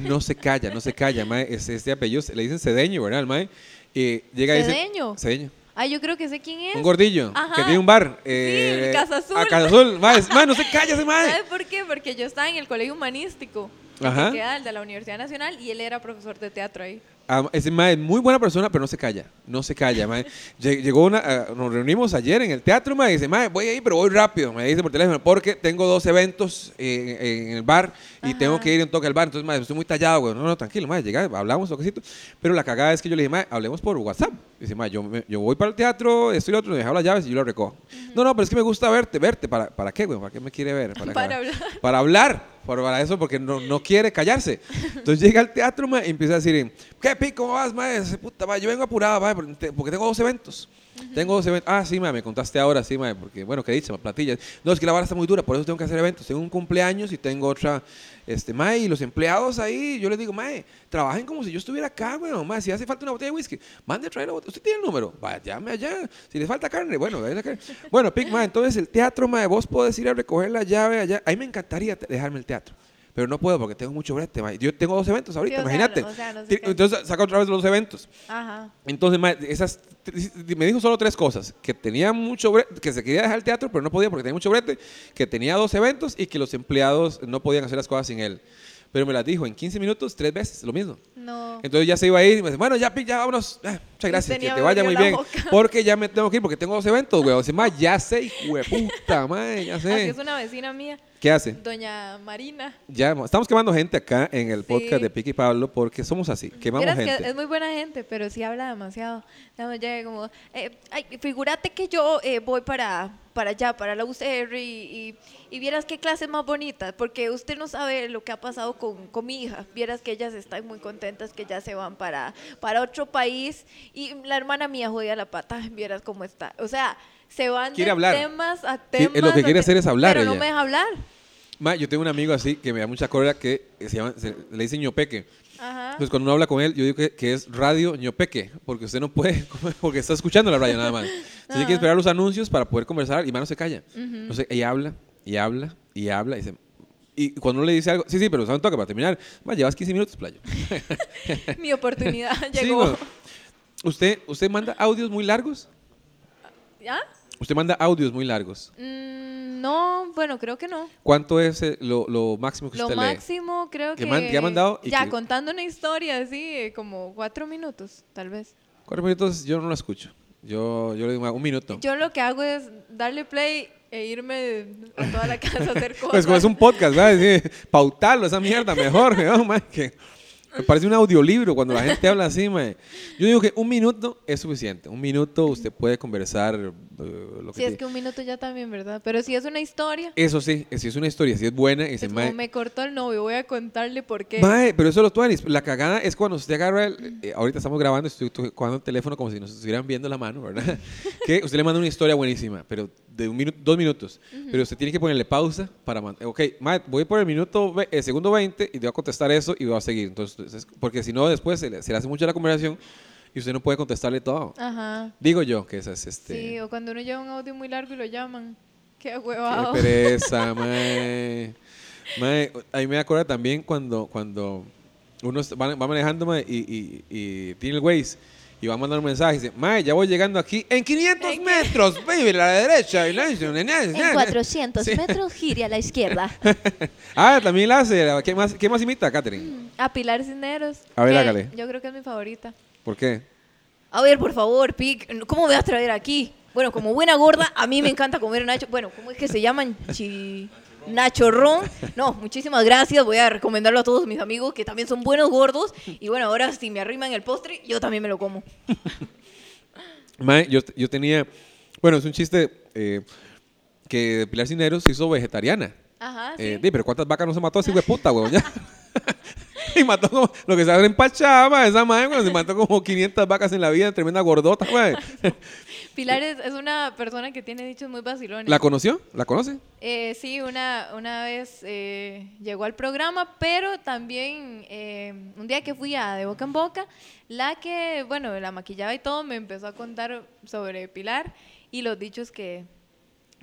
[SPEAKER 1] No se calla, no se calla. Mae, es este apellido, se- le dicen Cedeño, ¿verdad? El mae. Eh, llega y dice-
[SPEAKER 2] ¿Cedeño?
[SPEAKER 1] Cedeño.
[SPEAKER 2] Ah, yo creo que sé quién es.
[SPEAKER 1] Un gordillo
[SPEAKER 2] Ajá.
[SPEAKER 1] que tiene un bar. eh,
[SPEAKER 2] el Casa Azul.
[SPEAKER 1] A Casa Azul. Mae, es- mae, no se calla ese mae.
[SPEAKER 2] ¿Sabes por qué? Porque yo estaba en el colegio humanístico. que
[SPEAKER 1] Ajá.
[SPEAKER 2] queda el de la Universidad Nacional y él era profesor de teatro ahí.
[SPEAKER 1] Ah, ese mae es muy buena persona, pero no se calla. No se calla, mae. Lle- Llegó una, ah, nos reunimos ayer en el teatro, mae. Dice, mae, voy ahí, pero voy rápido. Me dice por teléfono, porque tengo dos eventos eh, en, en el bar y
[SPEAKER 2] Ajá.
[SPEAKER 1] tengo que ir en toque al bar. Entonces, mae, estoy muy tallado, güey. No, no, tranquilo, mae. Llega, hablamos, toquecito. Pero la cagada es que yo le dije, mae, hablemos por WhatsApp. Dice, mae, yo, me- yo voy para el teatro, esto y lo otro, me dejaron las llaves y yo lo recojo. No, no, pero es que me gusta verte, verte. ¿Para, para qué, güey? ¿Para qué me quiere ver?
[SPEAKER 2] Para
[SPEAKER 1] cagar.
[SPEAKER 2] hablar.
[SPEAKER 1] Para hablar, por- para eso, porque no, no quiere callarse. Entonces llega al teatro mae, y empieza a decir, ¿qué pico? ¿Cómo vas, mae? Ese Puta, mae, Yo vengo apurado, mae, porque te- porque tengo dos eventos. Tengo dos eventos. Ah, sí, mae, me contaste ahora, sí, mae, porque, bueno, ¿qué dices? Platillas. No, es que la vara está muy dura, por eso tengo que hacer eventos. Tengo un cumpleaños y tengo otra, este, mae, y los empleados ahí, yo les digo, mae, trabajen como si yo estuviera acá, bueno, mae, si hace falta una botella de whisky, mande a traer la botella. ¿Usted tiene el número? Vayame allá. Si les falta carne, bueno, vaya la carne. Bueno, Pic, mae, entonces el teatro, mae, vos podés ir a recoger la llave allá. A mí me encantaría te- dejarme el teatro. Pero no puedo porque tengo mucho brete, mae. Yo tengo dos eventos ahorita,
[SPEAKER 2] o sea,
[SPEAKER 1] imagínate.
[SPEAKER 2] no- o sea, no se
[SPEAKER 1] Ti-
[SPEAKER 2] cansa.
[SPEAKER 1] entonces saca otra vez los eventos.
[SPEAKER 2] Ajá.
[SPEAKER 1] Entonces, mae, esas, me dijo solo tres cosas. Que tenía mucho brete, que se quería dejar el teatro, pero no podía porque tenía mucho brete, que tenía dos eventos y que los empleados no podían hacer las cosas sin él. Pero me las dijo en 15 minutos, tres veces, lo mismo.
[SPEAKER 2] No.
[SPEAKER 1] Entonces ya se iba a ir y me dice, bueno, ya, Pi, ya vámonos. Ah, muchas
[SPEAKER 2] Y
[SPEAKER 1] gracias, que
[SPEAKER 2] tenía
[SPEAKER 1] te vaya
[SPEAKER 2] abierta
[SPEAKER 1] muy
[SPEAKER 2] la
[SPEAKER 1] bien.
[SPEAKER 2] boca.
[SPEAKER 1] Porque ya me tengo que ir, porque tengo dos eventos, güey. Dice, ma, ya sé, hijo de puta, ma, ya
[SPEAKER 2] Así
[SPEAKER 1] sé.
[SPEAKER 2] es una vecina mía,
[SPEAKER 1] ¿Qué hace?
[SPEAKER 2] doña Marina.
[SPEAKER 1] Ya, estamos quemando gente acá en el podcast
[SPEAKER 2] Sí.
[SPEAKER 1] de Piqui Pablo porque somos así, quemamos
[SPEAKER 2] Vieras
[SPEAKER 1] gente.
[SPEAKER 2] que es muy buena gente, pero sí habla demasiado. Nada más llega como, eh, ay, figúrate que yo eh, voy para, para allá, para la UCR y, y- y vieras qué clase más bonita, porque usted no sabe lo que ha pasado con, con mi hija. Vieras que ellas están muy contentas, que ya se van para, para otro país y la hermana mía jodía la pata, vieras cómo está. O sea, se van
[SPEAKER 1] Quiere
[SPEAKER 2] de
[SPEAKER 1] hablar.
[SPEAKER 2] temas a
[SPEAKER 1] Sí, es
[SPEAKER 2] temas.
[SPEAKER 1] lo que
[SPEAKER 2] a
[SPEAKER 1] quiere
[SPEAKER 2] te-
[SPEAKER 1] hacer es hablar
[SPEAKER 2] Pero no
[SPEAKER 1] ella.
[SPEAKER 2] me deja hablar.
[SPEAKER 1] Ma, yo tengo un amigo así que me da mucha cólera que se llama, se- le dice ñopeque.
[SPEAKER 2] Ajá.
[SPEAKER 1] Entonces cuando uno habla con él, yo digo que, que es radio ñopeque, porque usted no puede, porque está escuchando la radio nada más. Entonces tiene
[SPEAKER 2] Ah.
[SPEAKER 1] que esperar los anuncios para poder conversar y más no se calla. Entonces ella habla, y habla, y habla, y se- Y cuando uno le dice algo, sí, sí, pero solo toca para terminar. Ma, llevas 15 minutos, playo.
[SPEAKER 2] Mi oportunidad
[SPEAKER 1] Sí,
[SPEAKER 2] llegó.
[SPEAKER 1] ma. ¿Usted, ¿Usted manda audios muy largos?
[SPEAKER 2] ¿Ya?
[SPEAKER 1] Usted manda audios muy largos.
[SPEAKER 2] ¿Ah? Mm, no, bueno, creo que no.
[SPEAKER 1] ¿Cuánto es eh, lo, lo máximo que
[SPEAKER 2] Lo
[SPEAKER 1] usted lee?
[SPEAKER 2] máximo creo
[SPEAKER 1] Que
[SPEAKER 2] que...
[SPEAKER 1] man- que ha mandado y
[SPEAKER 2] ya,
[SPEAKER 1] que-
[SPEAKER 2] contando una historia así, eh, como cuatro minutos, tal vez.
[SPEAKER 1] Cuatro minutos yo no lo escucho. Yo, yo le digo un minuto.
[SPEAKER 2] Yo lo que hago es darle play e irme a toda la casa a hacer cosas.
[SPEAKER 1] Pues como es un podcast, ¿verdad? Sí, pautarlo, esa mierda, mejor, ¿no? Mae, que me parece un audiolibro cuando la gente habla así, mae. Yo digo que un minuto es suficiente. Un minuto usted puede conversar eh, lo que,
[SPEAKER 2] Si es
[SPEAKER 1] te-
[SPEAKER 2] que un minuto ya también, ¿verdad? Pero si es una historia,
[SPEAKER 1] Eso sí, si es una historia, si es buena, y
[SPEAKER 2] es
[SPEAKER 1] se
[SPEAKER 2] como me cortó el novio, voy a contarle por qué.
[SPEAKER 1] Mae, pero eso es lo tuanis. La cagada es cuando usted agarra. el- eh, ahorita estamos grabando, estoy jugando el teléfono como si nos estuvieran viendo la mano, ¿verdad? que usted le manda una historia buenísima, pero de un minuto, dos minutos. Pero usted tiene que ponerle pausa para. man- Ok, mae, voy por el minuto, ve- el segundo 20 y te voy a contestar eso y voy a seguir. Entonces, es- porque si no, después se le, se le hace mucho la conversación y usted no puede contestarle todo.
[SPEAKER 2] Ajá.
[SPEAKER 1] Digo yo que esa es este.
[SPEAKER 2] Ah. Sí, o cuando uno lleva un audio muy largo y lo llaman. Qué
[SPEAKER 1] Qué
[SPEAKER 2] huevado.
[SPEAKER 1] pereza, mae. Mae, ahí me acuerdo también cuando, cuando uno es- va, va manejando mae, y, y- y tiene el Waze y va a mandar un mensaje y dice, Mae, ya voy llegando aquí en 500 metros, baby, a la derecha. y la- na- na- na-
[SPEAKER 3] En 400
[SPEAKER 1] Sí.
[SPEAKER 3] metros gire a la izquierda.
[SPEAKER 1] Ah, también la hace. la- ¿Qué más, qué más imita, Catherine?
[SPEAKER 2] A Pilar Cisneros.
[SPEAKER 1] A ver,
[SPEAKER 2] que
[SPEAKER 1] hágale.
[SPEAKER 2] Yo creo que es mi favorita.
[SPEAKER 1] ¿Por qué?
[SPEAKER 3] A ver, por favor, Pic, ¿cómo me vas a traer aquí? Bueno, como buena gorda, a mí me encanta comer nacho. Bueno, ¿cómo es que se llaman? Chi... Nachorrón. No, muchísimas gracias. Voy a recomendarlo a todos mis amigos que también son buenos gordos. Y bueno, ahora si me arriman el postre, yo también me lo como.
[SPEAKER 1] Mae, yo, yo tenía, bueno, es un chiste eh, que Pilar Cineros se hizo vegetariana.
[SPEAKER 2] Ajá, ¿Ah, sí.
[SPEAKER 1] Eh, di, pero ¿cuántas vacas no se mató ese hijo de puta, huevón? Ya. y mató como lo que se abre en Pachama, esa madre, cuando se mató como 500 vacas en la vida, tremenda gordota, güey.
[SPEAKER 2] Pilar es, es una persona que tiene dichos muy vacilones.
[SPEAKER 1] ¿La conoció? ¿La conoce?
[SPEAKER 2] Eh, sí, una, una vez eh, llegó al programa, pero también eh, un día que fui a De Boca en Boca, la que, bueno, la maquillaba y todo, me empezó a contar sobre Pilar y los dichos que,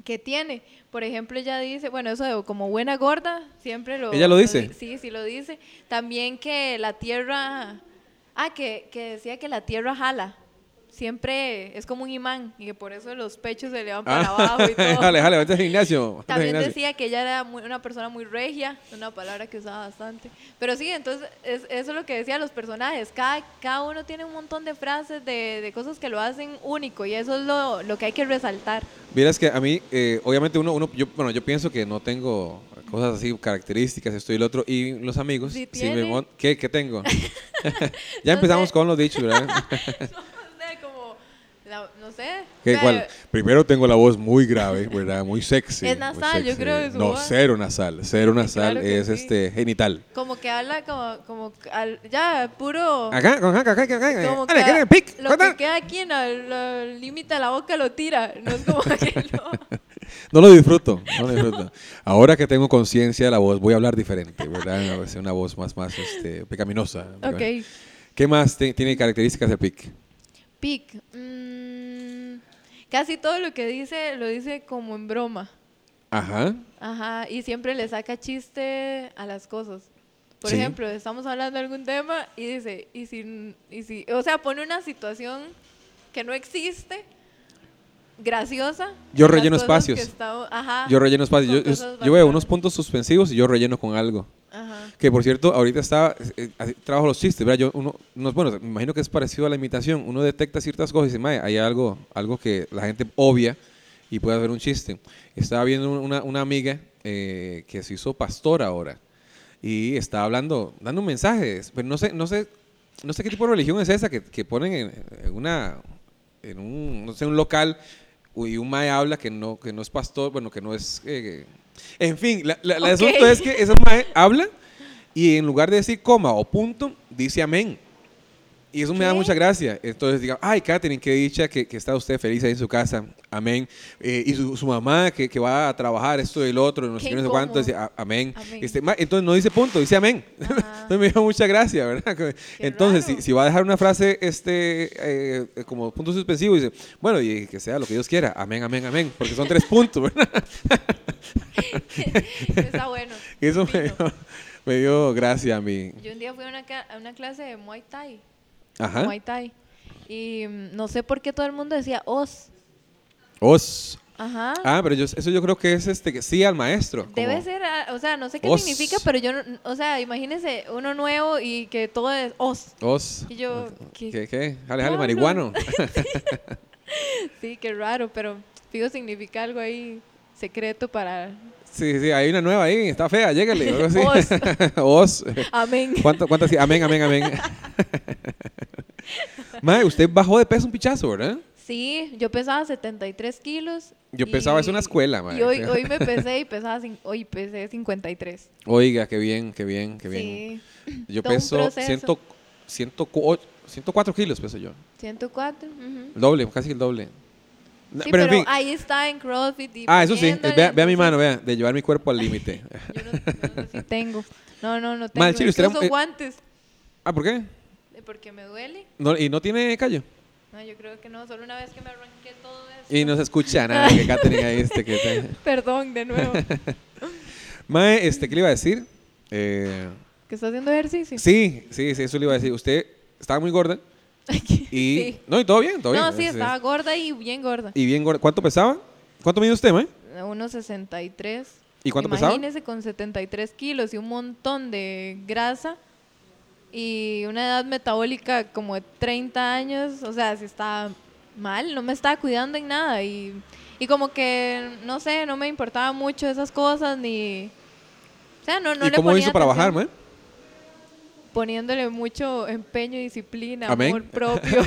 [SPEAKER 2] que tiene. Por ejemplo, ella dice, bueno, eso de como buena gorda, siempre lo...
[SPEAKER 1] ¿Ella lo dice?
[SPEAKER 2] di- sí, sí lo dice. También que la tierra... Ah, que, que decía que la tierra jala. Siempre es como un imán y que por eso los pechos se le van para abajo y todo.
[SPEAKER 1] jale, jale, Ah. vete al gimnasio. vete al
[SPEAKER 2] También
[SPEAKER 1] gimnasio.
[SPEAKER 2] decía que ella era muy- una persona muy regia, una palabra que usaba bastante. Pero sí, entonces es- eso es lo que decían los personajes. Cada, cada uno tiene un montón de frases, de, de cosas que lo hacen único y eso es lo, lo que hay que resaltar.
[SPEAKER 1] Vieras que a mí, eh, obviamente uno, uno yo, bueno, yo pienso que no tengo cosas así, características, esto y lo otro, y los amigos,
[SPEAKER 2] Sí
[SPEAKER 1] si me
[SPEAKER 2] tiene.
[SPEAKER 1] mon- ¿qué, qué tengo? ya empezamos
[SPEAKER 2] sé.
[SPEAKER 1] con los dichos, ¿verdad?
[SPEAKER 2] no sé, como, la- no sé.
[SPEAKER 1] Que
[SPEAKER 2] o sea,
[SPEAKER 1] igual, primero tengo la voz muy grave, ¿verdad? Muy sexy.
[SPEAKER 2] Es
[SPEAKER 1] muy
[SPEAKER 2] nasal, yo
[SPEAKER 1] sexy.
[SPEAKER 2] creo que su
[SPEAKER 1] No,
[SPEAKER 2] voz-
[SPEAKER 1] cero nasal. Cero nasal
[SPEAKER 2] claro que
[SPEAKER 1] es
[SPEAKER 2] sí.
[SPEAKER 1] este genital.
[SPEAKER 2] Como que habla como, como que al- ya puro...
[SPEAKER 1] Acá, acá, acá, acá, acá,
[SPEAKER 2] como
[SPEAKER 1] acá.
[SPEAKER 2] que
[SPEAKER 1] acá,
[SPEAKER 2] a-
[SPEAKER 1] pic,
[SPEAKER 2] lo
[SPEAKER 1] corta.
[SPEAKER 2] que queda aquí en el- el límite de la boca lo tira. No es como que lo-
[SPEAKER 1] No lo disfruto, no lo disfruto. Ahora que tengo conciencia de la voz, voy a hablar diferente, ¿verdad? Voy a hacer una voz más, más este, pecaminosa.
[SPEAKER 2] Ok.
[SPEAKER 1] ¿Qué más te- tiene características el pic?
[SPEAKER 2] Pic. mm, casi todo lo que dice lo dice como en broma.
[SPEAKER 1] Ajá.
[SPEAKER 2] Ajá, y siempre le saca chiste a las cosas. Por
[SPEAKER 1] Sí.
[SPEAKER 2] ejemplo, estamos hablando de algún tema y dice, y si, y si, o sea, pone una situación que no existe, graciosa.
[SPEAKER 1] Yo
[SPEAKER 2] con las
[SPEAKER 1] relleno
[SPEAKER 2] cosas que
[SPEAKER 1] espacios.
[SPEAKER 2] está- ajá,
[SPEAKER 1] Yo relleno espacio.
[SPEAKER 2] con
[SPEAKER 1] Yo, yo-
[SPEAKER 2] Ah, cosas
[SPEAKER 1] yo veo
[SPEAKER 2] bacanas.
[SPEAKER 1] unos puntos suspensivos y yo relleno con algo.
[SPEAKER 2] Ajá.
[SPEAKER 1] Que por cierto, ahorita estaba, eh, así trabajo los chistes, ¿verdad? Yo, uno, unos- bueno, me imagino que es parecido a la imitación. Uno detecta ciertas cosas y dice, "Mae, hay algo, algo que la gente obvia y puede haber un chiste. Estaba viendo una, una amiga eh, que se hizo pastora ahora y estaba hablando, dando mensajes, pero no sé, no sé, no sé qué tipo de religión es esa que, que ponen en, en una, en un, no sé, un local y un mae habla que no, que no es pastor, bueno, que no es, eh, en fin, la, la- el
[SPEAKER 2] Ok.
[SPEAKER 1] asunto es que ese mae habla y en lugar de decir coma o punto, dice amén. Y eso me da
[SPEAKER 2] ¿Qué?
[SPEAKER 1] mucha gracia. Entonces, diga, ay, Katherine, qué dicha que, que está usted feliz ahí en su casa. Amén. Eh, y su, su mamá que, que va a trabajar esto y lo otro, no sé
[SPEAKER 2] Qué
[SPEAKER 1] qué, no sé cuánto,
[SPEAKER 2] incómodo.
[SPEAKER 1] dice, "A- amén.
[SPEAKER 2] Amén.
[SPEAKER 1] Este, ma- entonces, no dice punto, dice amén.
[SPEAKER 2] Ajá.
[SPEAKER 1] entonces, me dio mucha gracia, ¿verdad? Que-
[SPEAKER 2] Qué
[SPEAKER 1] entonces,
[SPEAKER 2] raro.
[SPEAKER 1] si, si va a dejar una frase este, eh, eh, como punto suspensivo, dice, bueno, y que sea lo que Dios quiera. Amén, amén, amén. Porque son tres puntos, ¿verdad?
[SPEAKER 2] Está bueno.
[SPEAKER 1] Y eso me
[SPEAKER 2] fino.
[SPEAKER 1] dio, me dio gracia a mí.
[SPEAKER 2] Yo un día fui a una, ca- a una clase de Muay Thai.
[SPEAKER 1] Ajá.
[SPEAKER 2] Muay Thai. Y mm, no sé por qué todo el mundo decía os.
[SPEAKER 1] Os.
[SPEAKER 2] Ajá.
[SPEAKER 1] Ah, pero yo, eso yo creo que es este que sí al maestro. como-
[SPEAKER 2] Debe ser, ah, o sea, no sé qué
[SPEAKER 1] Os.
[SPEAKER 2] significa, pero yo, no- o sea, imagínense uno nuevo y que todo es os.
[SPEAKER 1] Os.
[SPEAKER 2] Y yo,
[SPEAKER 1] ¿Qué?
[SPEAKER 2] ¿qué?
[SPEAKER 1] ¿Qué? Jale, jale,
[SPEAKER 2] Diablos.
[SPEAKER 1] marihuano.
[SPEAKER 2] Sí, qué raro, pero fijo significa algo ahí secreto para.
[SPEAKER 1] sí, sí, hay una nueva ahí, está fea, llégale. o algo así.
[SPEAKER 2] Os.
[SPEAKER 1] Os.
[SPEAKER 2] Amén.
[SPEAKER 1] ¿Cuánto, ¿Cuántas? sí? Amén, amén, amén. Mae, usted bajó de peso un pichazo, ¿verdad?
[SPEAKER 2] Sí, yo pesaba 73 kilos.
[SPEAKER 1] Yo pesaba, es una escuela,
[SPEAKER 2] Y
[SPEAKER 1] madre.
[SPEAKER 2] hoy, hoy me pesé y pesaba, cin- hoy pesé 53.
[SPEAKER 1] Oiga, qué bien, qué bien, qué bien.
[SPEAKER 2] Sí,
[SPEAKER 1] Yo
[SPEAKER 2] todo un
[SPEAKER 1] peso
[SPEAKER 2] proceso.
[SPEAKER 1] 100, 104, 104 kilos, peso yo.
[SPEAKER 2] 104. ujú.
[SPEAKER 1] El doble, casi el doble. No,
[SPEAKER 2] Sí, pero, ahí está en CrossFit. y
[SPEAKER 1] Ah, eso sí.
[SPEAKER 2] poniéndole,
[SPEAKER 1] Vea, vea mi
[SPEAKER 2] entonces,
[SPEAKER 1] mano, vea. De llevar mi cuerpo al límite.
[SPEAKER 2] Yo no, no sé si tengo. No, no, no tengo.
[SPEAKER 1] Madre, chile, usted era-
[SPEAKER 2] Incluso
[SPEAKER 1] eh,
[SPEAKER 2] guantes.
[SPEAKER 1] ah, ¿por qué?
[SPEAKER 2] Eh, Porque me duele.
[SPEAKER 1] No, y no tiene callo.
[SPEAKER 2] No, yo creo que no. Solo una vez que me arranqué todo eso.
[SPEAKER 1] Y no se escucha nada que Katherine ahí este que te-
[SPEAKER 2] Perdón, de nuevo.
[SPEAKER 1] Mae, este, ¿qué le iba a decir? Eh,
[SPEAKER 2] ¿Que está haciendo ejercicio?
[SPEAKER 1] sí, sí, sí, eso le iba a decir. Usted estaba muy gorda
[SPEAKER 2] Aquí.
[SPEAKER 1] y...
[SPEAKER 2] Sí.
[SPEAKER 1] No, y todo bien, todo bien.
[SPEAKER 2] No, sí,
[SPEAKER 1] Es- es-
[SPEAKER 2] estaba gorda y bien gorda.
[SPEAKER 1] Y bien gorda. ¿Cuánto pesaba? ¿Cuánto mide usted, mae?
[SPEAKER 2] A Unos 63.
[SPEAKER 1] ¿Y cuánto pesaba?
[SPEAKER 2] Imagínese con 73 kilos y un montón de grasa y una edad metabólica como de 30 años. O sea, si estaba mal, no me estaba cuidando en nada. Y, y como que, no sé, no me importaba mucho esas cosas ni... O sea, no, no
[SPEAKER 1] ¿Y
[SPEAKER 2] le
[SPEAKER 1] cómo
[SPEAKER 2] ponía
[SPEAKER 1] hizo para bajar,
[SPEAKER 2] atención.
[SPEAKER 1] mae?
[SPEAKER 2] Poniéndole mucho empeño, disciplina,
[SPEAKER 1] Amén.
[SPEAKER 2] amor propio.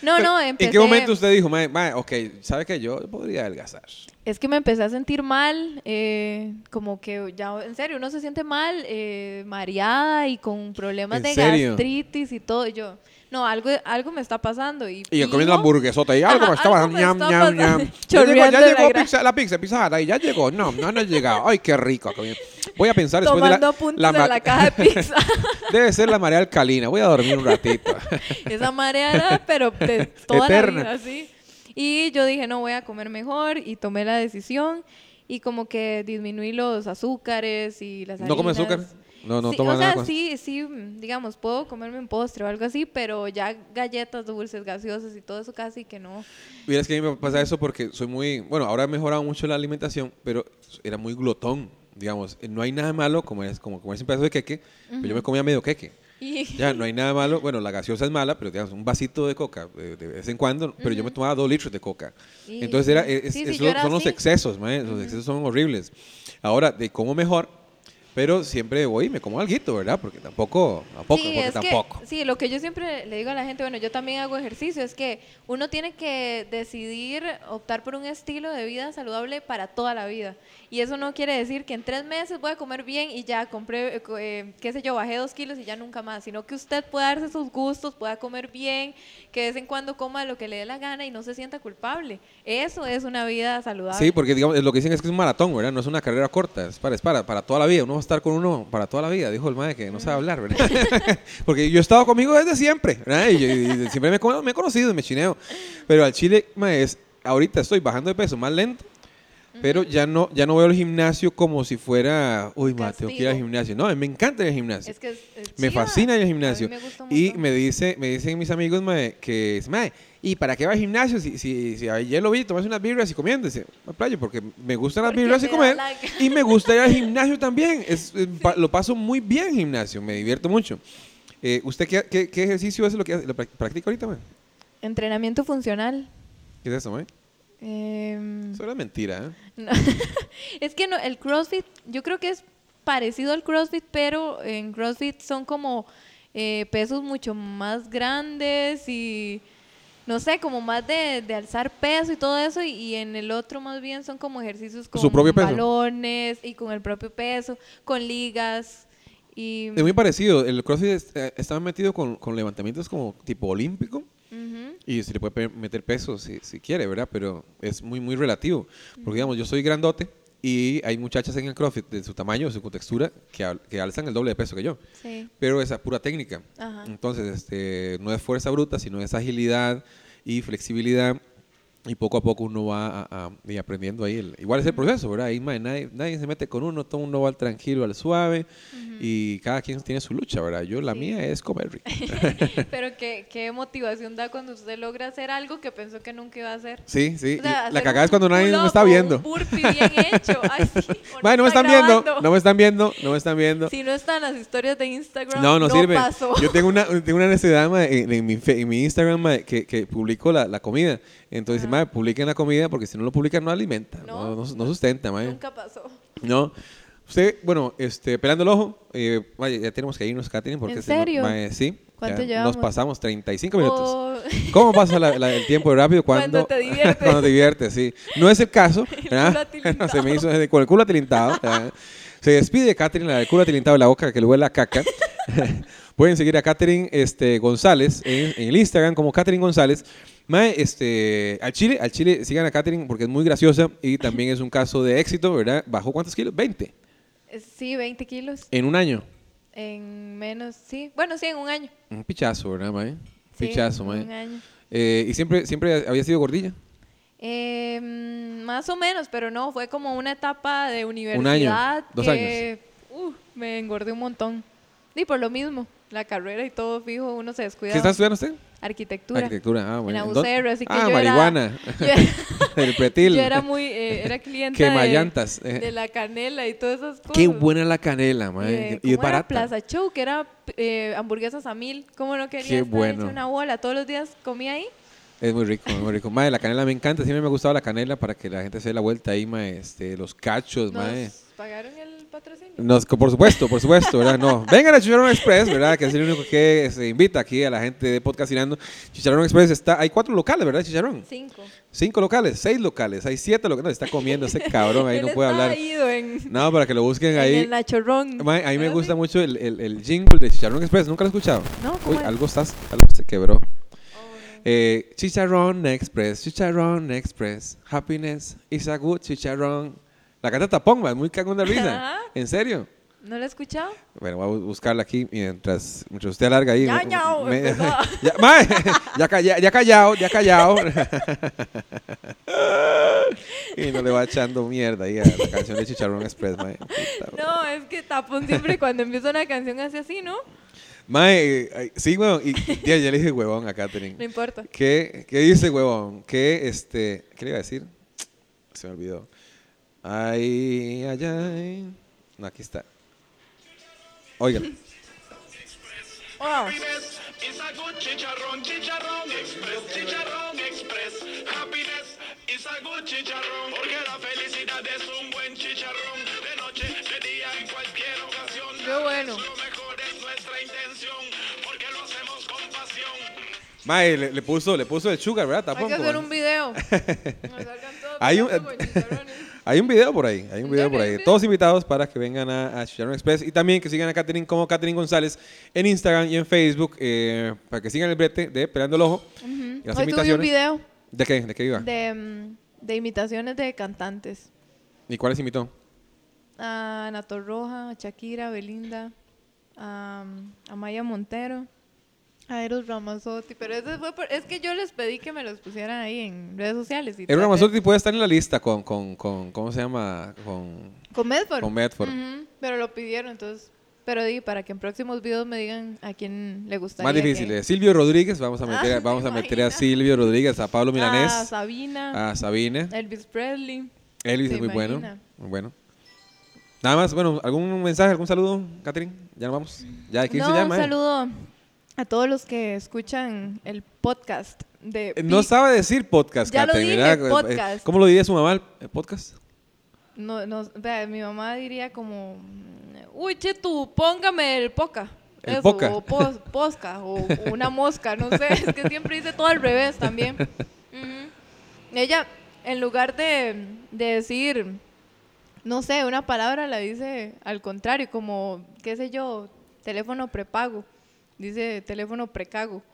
[SPEAKER 2] no, no, empecé...
[SPEAKER 1] ¿En qué momento usted dijo, mae, mae, ok, sabe que yo podría adelgazar?
[SPEAKER 2] Es que me empecé a sentir mal, eh, como que ya, en serio, uno se siente mal, eh, mareada y con problemas
[SPEAKER 1] ¿En
[SPEAKER 2] de
[SPEAKER 1] serio?
[SPEAKER 2] gastritis y todo. y Yo, no, algo, algo me está pasando. Y,
[SPEAKER 1] Y yo
[SPEAKER 2] fijo-
[SPEAKER 1] comiendo la hamburguesota y algo
[SPEAKER 2] Ajá,
[SPEAKER 1] me estaba
[SPEAKER 2] algo me
[SPEAKER 1] ñam,
[SPEAKER 2] está
[SPEAKER 1] ñam,
[SPEAKER 2] pasando.
[SPEAKER 1] ñam. Ya llegó,
[SPEAKER 2] Chorreando
[SPEAKER 1] ya
[SPEAKER 2] la
[SPEAKER 1] llegó
[SPEAKER 2] grasa.
[SPEAKER 1] pizza, la pizza, pizza Hut, ahí ya llegó. No, no, no ha llegado. Ay, qué rico. comiendo. Voy a pensar después
[SPEAKER 2] tomando
[SPEAKER 1] de
[SPEAKER 2] apuntes
[SPEAKER 1] la, ma-
[SPEAKER 2] en la caja de pizza.
[SPEAKER 1] Debe ser la marea alcalina. Voy a dormir un ratito.
[SPEAKER 2] Esa marea era, pero de toda
[SPEAKER 1] Eterna.
[SPEAKER 2] la vida, sí. Y yo dije, no, voy a comer mejor y tomé la decisión y como que disminuí los azúcares y las
[SPEAKER 1] ¿No come
[SPEAKER 2] harinas.
[SPEAKER 1] azúcar? No, no
[SPEAKER 2] Sí,
[SPEAKER 1] toma
[SPEAKER 2] o sea,
[SPEAKER 1] nada. pues. con-
[SPEAKER 2] sí, sí, mm, digamos, puedo comerme un postre o algo así, pero ya galletas, dulces, gaseosas y todo eso casi que no.
[SPEAKER 1] Mira, es que a mí me pasa eso porque soy muy... Bueno, ahora he mejorado mucho la alimentación, pero era muy glotón, digamos. Eh, No hay nada malo como, es, como comerse un pedazo de queque, pero yo me comía medio queque.
[SPEAKER 2] Y
[SPEAKER 1] Ya, no hay nada malo. Bueno, la gaseosa es mala, pero digamos, un vasito de coca eh, de vez en cuando. Pero yo me tomaba dos litros de coca.
[SPEAKER 2] Y-
[SPEAKER 1] Entonces, era,
[SPEAKER 2] sí.
[SPEAKER 1] es-
[SPEAKER 2] Sí, sí,
[SPEAKER 1] es
[SPEAKER 2] yo
[SPEAKER 1] lo-
[SPEAKER 2] era
[SPEAKER 1] son los
[SPEAKER 2] así.
[SPEAKER 1] excesos, mae, los excesos son horribles. Ahora, de como mejor, pero siempre voy y me como algo, ¿verdad? Porque tampoco, tampoco,
[SPEAKER 2] sí,
[SPEAKER 1] porque
[SPEAKER 2] es que-
[SPEAKER 1] tampoco.
[SPEAKER 2] sí, lo que yo siempre le digo a la gente, bueno, yo también hago ejercicio, es que uno tiene que decidir optar por un estilo de vida saludable para toda la vida. Y eso no quiere decir que en tres meses voy a comer bien y ya compré, eh, co- eh, qué sé yo, bajé dos kilos y ya nunca más, sino que usted pueda darse sus gustos, pueda comer bien, que de vez en cuando coma lo que le dé la gana y no se sienta culpable. Eso es una vida saludable.
[SPEAKER 1] Sí, pues, porque digamos, lo que dicen es que es un maratón, ¿verdad? No es una carrera corta, es para, es para, para toda la vida. Uno va a estar con uno para toda la vida, dijo el madre que no sabe hablar, ¿verdad? porque yo he estado conmigo desde siempre, ¿verdad? Y, yo- y- y siempre me, he con- me he conocido y me chineo. Pero al chile, mae, es, ahorita estoy bajando de peso más lento, pero ya no, ya no veo el gimnasio como si fuera, uy, mae, tengo que ir al
[SPEAKER 2] Castigo.
[SPEAKER 1] gimnasio. No, me encanta ir al gimnasio.
[SPEAKER 2] Es que es- es
[SPEAKER 1] Me
[SPEAKER 2] chiva.
[SPEAKER 1] fascina ir al
[SPEAKER 2] A mí
[SPEAKER 1] gimnasio.
[SPEAKER 2] me gusta un
[SPEAKER 1] y
[SPEAKER 2] montón.
[SPEAKER 1] me dice, me dicen mis amigos mae, que es, mae, ¿y para qué va al gimnasio si, si, si ayer lo vi tomarse unas birras y comiendo? Dice, "A playa, porque me gustan las
[SPEAKER 2] Porque
[SPEAKER 1] birras y
[SPEAKER 2] me da
[SPEAKER 1] comer.
[SPEAKER 2] la
[SPEAKER 1] Y me gusta ir al gimnasio también. Es, eh, pa- lo paso muy bien en gimnasio, me divierto mucho. Eh, ¿Usted qué, qué, qué ejercicio es lo que hace? ¿Lo prac- practica ahorita, mae?
[SPEAKER 2] Entrenamiento funcional.
[SPEAKER 1] ¿Qué es eso, mae?
[SPEAKER 2] Em,
[SPEAKER 1] Eso era mentira, ¿eh?
[SPEAKER 2] No. es que no, el CrossFit, yo creo que es parecido al CrossFit, pero en CrossFit son como eh, pesos mucho más grandes y no sé, como más de, de alzar peso y todo eso, y, y en el otro más bien son como ejercicios con
[SPEAKER 1] Su propio peso.
[SPEAKER 2] balones y con el propio peso, con ligas y
[SPEAKER 1] Es muy parecido. El CrossFit es- eh, está metido con, con levantamientos como tipo olímpico.
[SPEAKER 2] Ujú.
[SPEAKER 1] Y se le puede pe- meter peso si, si quiere, ¿verdad? Pero es muy, muy relativo. Porque, digamos, yo soy grandote y hay muchachas en el CrossFit de su tamaño, de su contextura, que, al- que alzan el doble de peso que yo.
[SPEAKER 2] sí.
[SPEAKER 1] Pero esa pura técnica.
[SPEAKER 2] Ajá.
[SPEAKER 1] Entonces, este, no es fuerza bruta, sino es agilidad y flexibilidad. Y poco a poco uno va a- a- y aprendiendo ahí. el- igual es el proceso, ¿verdad? Ahí mae, nadie, nadie se mete con uno, todo uno va al tranquilo, al suave. Y cada quien tiene su lucha, ¿verdad? Yo, la
[SPEAKER 2] Sí.
[SPEAKER 1] mía es comer rico.
[SPEAKER 2] Pero qué, qué motivación da cuando usted logra hacer algo que pensó que nunca iba a hacer.
[SPEAKER 1] Sí, sí.
[SPEAKER 2] O sea,
[SPEAKER 1] la
[SPEAKER 2] hacer
[SPEAKER 1] cagada es cuando
[SPEAKER 2] un
[SPEAKER 1] nadie me
[SPEAKER 2] pull-up
[SPEAKER 1] está
[SPEAKER 2] o
[SPEAKER 1] viendo.
[SPEAKER 2] Un burpee bien hecho. Ay, sí, o
[SPEAKER 1] Mae, no me
[SPEAKER 2] está
[SPEAKER 1] están viendo,
[SPEAKER 2] grabando.
[SPEAKER 1] no me están viendo, no me están viendo.
[SPEAKER 2] Si no están las historias de Instagram,
[SPEAKER 1] No, no, sirve.
[SPEAKER 2] pasó.
[SPEAKER 1] Yo tengo una, tengo una necesidad mae, en, en mi, fe- en mi Instagram mae, que, que publico la, la comida. Entonces, dice, mae, publiquen la comida porque si no lo publican no alimenta, no,
[SPEAKER 2] No.
[SPEAKER 1] no- no sustenta, mae.
[SPEAKER 2] Nunca pasó.
[SPEAKER 1] No. Usted, bueno, este, pelando el ojo, eh, mae, ya tenemos que irnos, Katherine, porque este
[SPEAKER 2] ¿En
[SPEAKER 1] si no-
[SPEAKER 2] serio?
[SPEAKER 1] mae, eh, sí.
[SPEAKER 2] ¿Cuánto
[SPEAKER 1] ya
[SPEAKER 2] llevamos?
[SPEAKER 1] Nos pasamos 35 minutos.
[SPEAKER 2] Oh,
[SPEAKER 1] ¿Cómo pasa la- la- el tiempo de rápido cuando,
[SPEAKER 2] Cuando te diviertes.
[SPEAKER 1] cuando te diviertes, sí. No es el caso. ¿verdad?
[SPEAKER 2] culo atilintado.
[SPEAKER 1] Se me hizo eh, con el culo atilintado. ¿verdad? Se despide Katherine, la del culo atilintado de la boca que le huele a caca. Pueden seguir a Katherine este, González en, en el Instagram como Katherine González. Mae, este, al Chile, al Chile, sigan a Katherine porque es muy graciosa y también es un caso de éxito, ¿verdad? ¿Bajó cuántos kilos? 20
[SPEAKER 2] sí, 20 kilos
[SPEAKER 1] en un año.
[SPEAKER 2] en menos, sí. Bueno, sí, en un año.
[SPEAKER 1] Un pichazo, ¿verdad, mae?
[SPEAKER 2] Sí,
[SPEAKER 1] Pichazo,
[SPEAKER 2] en Un
[SPEAKER 1] mae.
[SPEAKER 2] año.
[SPEAKER 1] Eh, ¿Y siempre, siempre había sido gordilla?
[SPEAKER 2] Eh, mm, más o menos, pero no, fue como una etapa de universidad.
[SPEAKER 1] dos
[SPEAKER 2] que, uh, me engordé un montón. Y por lo mismo, la carrera y todo fijo, uno se descuida.
[SPEAKER 1] ¿Qué está estudiando usted?
[SPEAKER 2] Arquitectura.
[SPEAKER 1] Arquitectura. Ah, bueno.
[SPEAKER 2] En la
[SPEAKER 1] ¿Dónde?
[SPEAKER 2] UCR, así que
[SPEAKER 1] Ah,
[SPEAKER 2] yo era-
[SPEAKER 1] marihuana.
[SPEAKER 2] yo era-
[SPEAKER 1] El pretil.
[SPEAKER 2] Yo era muy, eh, era cliente
[SPEAKER 1] Quemallantas.
[SPEAKER 2] de, de la canela y todas esas cosas.
[SPEAKER 1] Eh. Qué buena la canela,
[SPEAKER 2] Y,
[SPEAKER 1] man.
[SPEAKER 2] de-
[SPEAKER 1] y es
[SPEAKER 2] ¿cómo era?
[SPEAKER 1] barata.
[SPEAKER 2] Plaza Show, que era eh, hamburguesas a mil. ¿Cómo no quería
[SPEAKER 1] Qué
[SPEAKER 2] estar
[SPEAKER 1] bueno.
[SPEAKER 2] hecha una bola? Todos los días comía ahí.
[SPEAKER 1] Es muy rico, es muy rico. Mae, la canela me encanta. Siempre me ha gustado la canela para que la gente se dé la vuelta ahí, mae. Este, los cachos,
[SPEAKER 2] Nos
[SPEAKER 1] mae.
[SPEAKER 2] pagaron el patrocinio.
[SPEAKER 1] Nos, por supuesto, por supuesto, ¿verdad? No. Vengan a Chicharrón Express, ¿verdad? Que es el único que se invita aquí a la gente de Podcastinando. Chicharrón Express está. Hay cuatro locales, ¿verdad, Chicharrón?
[SPEAKER 2] Cinco.
[SPEAKER 1] Cinco locales, seis locales, hay siete locales. No, está comiendo ese cabrón, ahí
[SPEAKER 2] Él
[SPEAKER 1] no puede
[SPEAKER 2] estaba
[SPEAKER 1] hablar.
[SPEAKER 2] ido en,
[SPEAKER 1] No, para que lo busquen
[SPEAKER 2] en
[SPEAKER 1] ahí.
[SPEAKER 2] el nachorrón.
[SPEAKER 1] Mae, a mí me
[SPEAKER 2] Pero
[SPEAKER 1] gusta
[SPEAKER 2] sí.
[SPEAKER 1] mucho el, el, el jingle de Chicharrón Express. Nunca lo he escuchado.
[SPEAKER 2] No, ¿cómo
[SPEAKER 1] Uy,
[SPEAKER 2] es?
[SPEAKER 1] algo, estás, algo se quebró.
[SPEAKER 2] Oh, no.
[SPEAKER 1] Eh, Chicharrón Express, Chicharrón Express, Happiness is a good chicharrón. La canta Tapón, es muy cagón de risa.
[SPEAKER 2] Ajá.
[SPEAKER 1] ¿En serio?
[SPEAKER 2] ¿No lo he escuchado?
[SPEAKER 1] Bueno, voy a bu- buscarla aquí mientras, mientras usted alarga ahí.
[SPEAKER 2] Ya,
[SPEAKER 1] Me-
[SPEAKER 2] ya,
[SPEAKER 1] me-
[SPEAKER 2] empezó.
[SPEAKER 1] ya, mae, ya, calla- ya callado, ya callado. y no le va echando mierda ahí a la canción de Chicharrón Express, mae. Puta,
[SPEAKER 2] No, es que Tapón siempre cuando empieza una canción hace así, ¿no?
[SPEAKER 1] Mae, eh, ay, sí, huevón. Y ya, ya le dije huevón a Katherine.
[SPEAKER 2] No importa.
[SPEAKER 1] ¿Qué, ¿Qué dice, huevón? ¿Qué, este, ¿Qué le iba a decir? Se me olvidó. Ay, ay, ay. No, aquí está. Óigalo.
[SPEAKER 2] Wow.
[SPEAKER 4] Happiness is a good chicharrón, chicharrón express, chicharrón express. Happiness is a good chicharrón, porque la felicidad es un buen chicharrón. De noche, de día, en cualquier ocasión.
[SPEAKER 2] Qué bueno.
[SPEAKER 4] Lo mejor es nuestra intención, porque lo hacemos con pasión.
[SPEAKER 1] Mae, le, le puso, le puso el sugar, ¿verdad?
[SPEAKER 2] Hay
[SPEAKER 1] Tapón,
[SPEAKER 2] que hacer
[SPEAKER 1] huevón.
[SPEAKER 2] un video. Nos salgan todos
[SPEAKER 1] Hay un- eh,
[SPEAKER 2] como chicharrones.
[SPEAKER 1] Hay un video por ahí, hay un
[SPEAKER 2] ¿En
[SPEAKER 1] video
[SPEAKER 2] serio?
[SPEAKER 1] por
[SPEAKER 2] ¿Hay un
[SPEAKER 1] ahí.
[SPEAKER 2] video?
[SPEAKER 1] Todos invitados para que vengan a, a Chicharrón Express y también que sigan a Catherine como Catherine González en Instagram y en Facebook eh, para que sigan el brete de Pelando el Ojo. y las
[SPEAKER 2] Hoy tuve un
[SPEAKER 1] invitaciones.
[SPEAKER 2] video
[SPEAKER 1] ¿De qué? ¿De qué iba?
[SPEAKER 2] de, mm, de imitaciones de cantantes.
[SPEAKER 1] ¿Y cuáles invitó?
[SPEAKER 2] A Nato Roja, a Shakira, a Belinda, a, a Maya Montero, a Eros Ramazzotti. Pero ese fue por- es que yo les pedí que me los pusieran ahí en redes sociales. y
[SPEAKER 1] Era
[SPEAKER 2] traté-
[SPEAKER 1] Ramazzotti puede estar en la lista con, con, con ¿cómo se llama? Con,
[SPEAKER 2] Con Medford.
[SPEAKER 1] con Medford.
[SPEAKER 2] Ujú, pero lo pidieron, entonces. Pero di, para que en próximos videos me digan a quién le gustaría.
[SPEAKER 1] Más
[SPEAKER 2] que-
[SPEAKER 1] difícil. eh. Silvio Rodríguez, vamos a
[SPEAKER 2] Ah,
[SPEAKER 1] meter,
[SPEAKER 2] ¿te
[SPEAKER 1] vamos a, meter a
[SPEAKER 2] imaginas?
[SPEAKER 1] Silvio Rodríguez, a Pablo
[SPEAKER 2] A
[SPEAKER 1] Milanés, Ah.
[SPEAKER 2] Sabina,
[SPEAKER 1] a Sabina.
[SPEAKER 2] Elvis Presley.
[SPEAKER 1] Elvis
[SPEAKER 2] Eh, ¿te
[SPEAKER 1] es muy bueno,
[SPEAKER 2] imaginas?
[SPEAKER 1] muy bueno. Nada más, bueno, ¿algún mensaje, algún saludo, Catherine? Ya nos vamos. Ya, aquí
[SPEAKER 2] No,
[SPEAKER 1] se llama.
[SPEAKER 2] un
[SPEAKER 1] eh?
[SPEAKER 2] saludo a todos los que escuchan el podcast de
[SPEAKER 1] Eh, No
[SPEAKER 2] Pi-
[SPEAKER 1] sabe decir podcast,
[SPEAKER 2] Ya lo
[SPEAKER 1] Catherine,
[SPEAKER 2] dije,
[SPEAKER 1] ¿verdad? Eh, eh,
[SPEAKER 2] podcast.
[SPEAKER 1] ¿Cómo lo diría su mamá? ¿El podcast?
[SPEAKER 2] No, no, vea, mi mamá diría como, uy, che, tú, póngame el poca.
[SPEAKER 1] El poca.
[SPEAKER 2] O pos- posca, o, o una mosca, no sé, es que siempre dice todo al revés también. Ujú. Ella, en lugar de, de decir, no sé, una palabra, la dice al contrario, como, qué sé yo, teléfono prepago. Dice teléfono precago.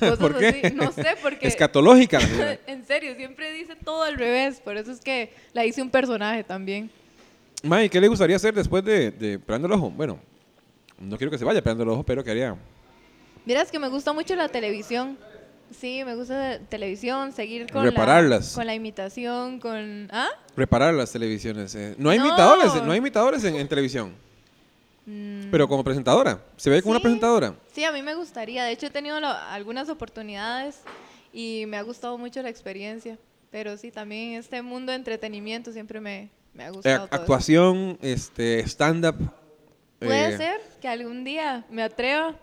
[SPEAKER 2] Cosas
[SPEAKER 1] ¿Por qué?
[SPEAKER 2] así, No sé, porque...
[SPEAKER 1] Escatológica. la señora.
[SPEAKER 2] en serio, siempre dice todo al revés, por eso es que la hice un personaje también.
[SPEAKER 1] Mae, ¿qué le gustaría hacer después de, de Pelando el Ojo? Bueno, no quiero que se vaya Pelando el Ojo, pero que haría...
[SPEAKER 2] Mira, es que me gusta mucho la televisión. Sí, me gusta la televisión, seguir con
[SPEAKER 1] Repararlas.
[SPEAKER 2] la con la imitación, con ¿Ah?
[SPEAKER 1] Reparar las televisiones. eh. No hay
[SPEAKER 2] No.
[SPEAKER 1] imitadores, eh, no hay imitadores en, en televisión.
[SPEAKER 2] Mm,
[SPEAKER 1] Pero como presentadora. Se ve como una
[SPEAKER 2] Sí.
[SPEAKER 1] presentadora.
[SPEAKER 2] Sí, a mí me gustaría, de hecho he tenido la- algunas oportunidades y me ha gustado mucho la experiencia, pero sí también este mundo de entretenimiento siempre me me ha
[SPEAKER 1] Eh,
[SPEAKER 2] gustado. todo eso.
[SPEAKER 1] actuación, este, stand-up.
[SPEAKER 2] Puede
[SPEAKER 1] eh,
[SPEAKER 2] ser que algún día me atreva.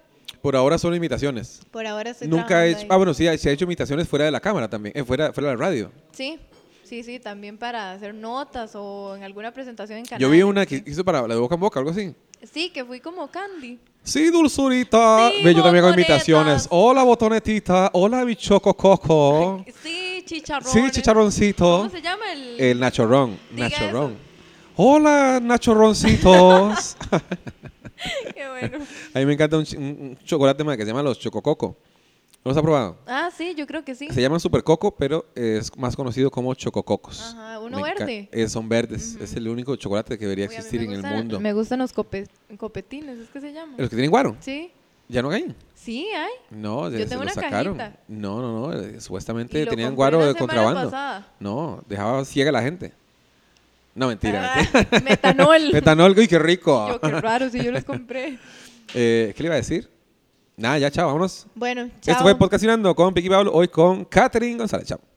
[SPEAKER 1] Por ahora solo imitaciones.
[SPEAKER 2] Por ahora estoy
[SPEAKER 1] Nunca he
[SPEAKER 2] trabajando
[SPEAKER 1] hecho...
[SPEAKER 2] ahí.
[SPEAKER 1] Ah, bueno, sí, se ha hecho imitaciones fuera de la cámara también. eh, fuera, fuera de la radio.
[SPEAKER 2] Sí, sí, sí, también para hacer notas o en alguna presentación en canal.
[SPEAKER 1] Yo vi una que hizo para la de boca en boca, algo así.
[SPEAKER 2] Sí, que fui como Candy.
[SPEAKER 1] Sí, dulzurita.
[SPEAKER 2] Sí,
[SPEAKER 1] Ve, yo también hago
[SPEAKER 2] botonetas.
[SPEAKER 1] imitaciones. Hola, botonetita. Hola, mi choco coco.
[SPEAKER 2] Sí, chicharrón.
[SPEAKER 1] Sí, chicharroncito.
[SPEAKER 2] ¿Cómo se llama el...?
[SPEAKER 1] El nachorrón.
[SPEAKER 2] Diga eso.
[SPEAKER 1] Nachorrón. Hola, nachorroncitos.
[SPEAKER 2] Qué bueno.
[SPEAKER 1] A mí me encanta un, chi- un- un chocolate ma, que se llama los chocococo. ¿Los has probado?
[SPEAKER 2] Ah, sí, yo creo que sí.
[SPEAKER 1] Se llaman supercoco, pero es más conocido como chocococos.
[SPEAKER 2] Ajá, uno
[SPEAKER 1] enca-
[SPEAKER 2] verde.
[SPEAKER 1] eh, son verdes. Es el único chocolate que debería
[SPEAKER 2] Uy, a mí
[SPEAKER 1] existir
[SPEAKER 2] me
[SPEAKER 1] en el
[SPEAKER 2] gustan-
[SPEAKER 1] mundo.
[SPEAKER 2] Me gustan los cope- copetines, ¿es que se llama?
[SPEAKER 1] Los que tienen guaro.
[SPEAKER 2] Sí.
[SPEAKER 1] ¿Ya no hay?
[SPEAKER 2] Sí, hay.
[SPEAKER 1] No,
[SPEAKER 2] Yo
[SPEAKER 1] se, lo
[SPEAKER 2] tengo una
[SPEAKER 1] sacaron.
[SPEAKER 2] cajita.
[SPEAKER 1] No, no, no. eh, Supuestamente
[SPEAKER 2] Y lo
[SPEAKER 1] tenían
[SPEAKER 2] compré
[SPEAKER 1] guaro
[SPEAKER 2] la
[SPEAKER 1] de
[SPEAKER 2] semana
[SPEAKER 1] contrabando.
[SPEAKER 2] pasada.
[SPEAKER 1] No, dejaba ciega a la gente. No, mentira. mentira.
[SPEAKER 2] Ah, metanol.
[SPEAKER 1] Metanol, uy, qué rico.
[SPEAKER 2] Yo, qué raro, si yo los compré.
[SPEAKER 1] Eh, ¿Qué le iba a decir? Nada, ya, chao, vámonos.
[SPEAKER 2] Bueno, chao.
[SPEAKER 1] Esto fue Podcastinando con Piqui Pablo, hoy con Catherine González. Chao.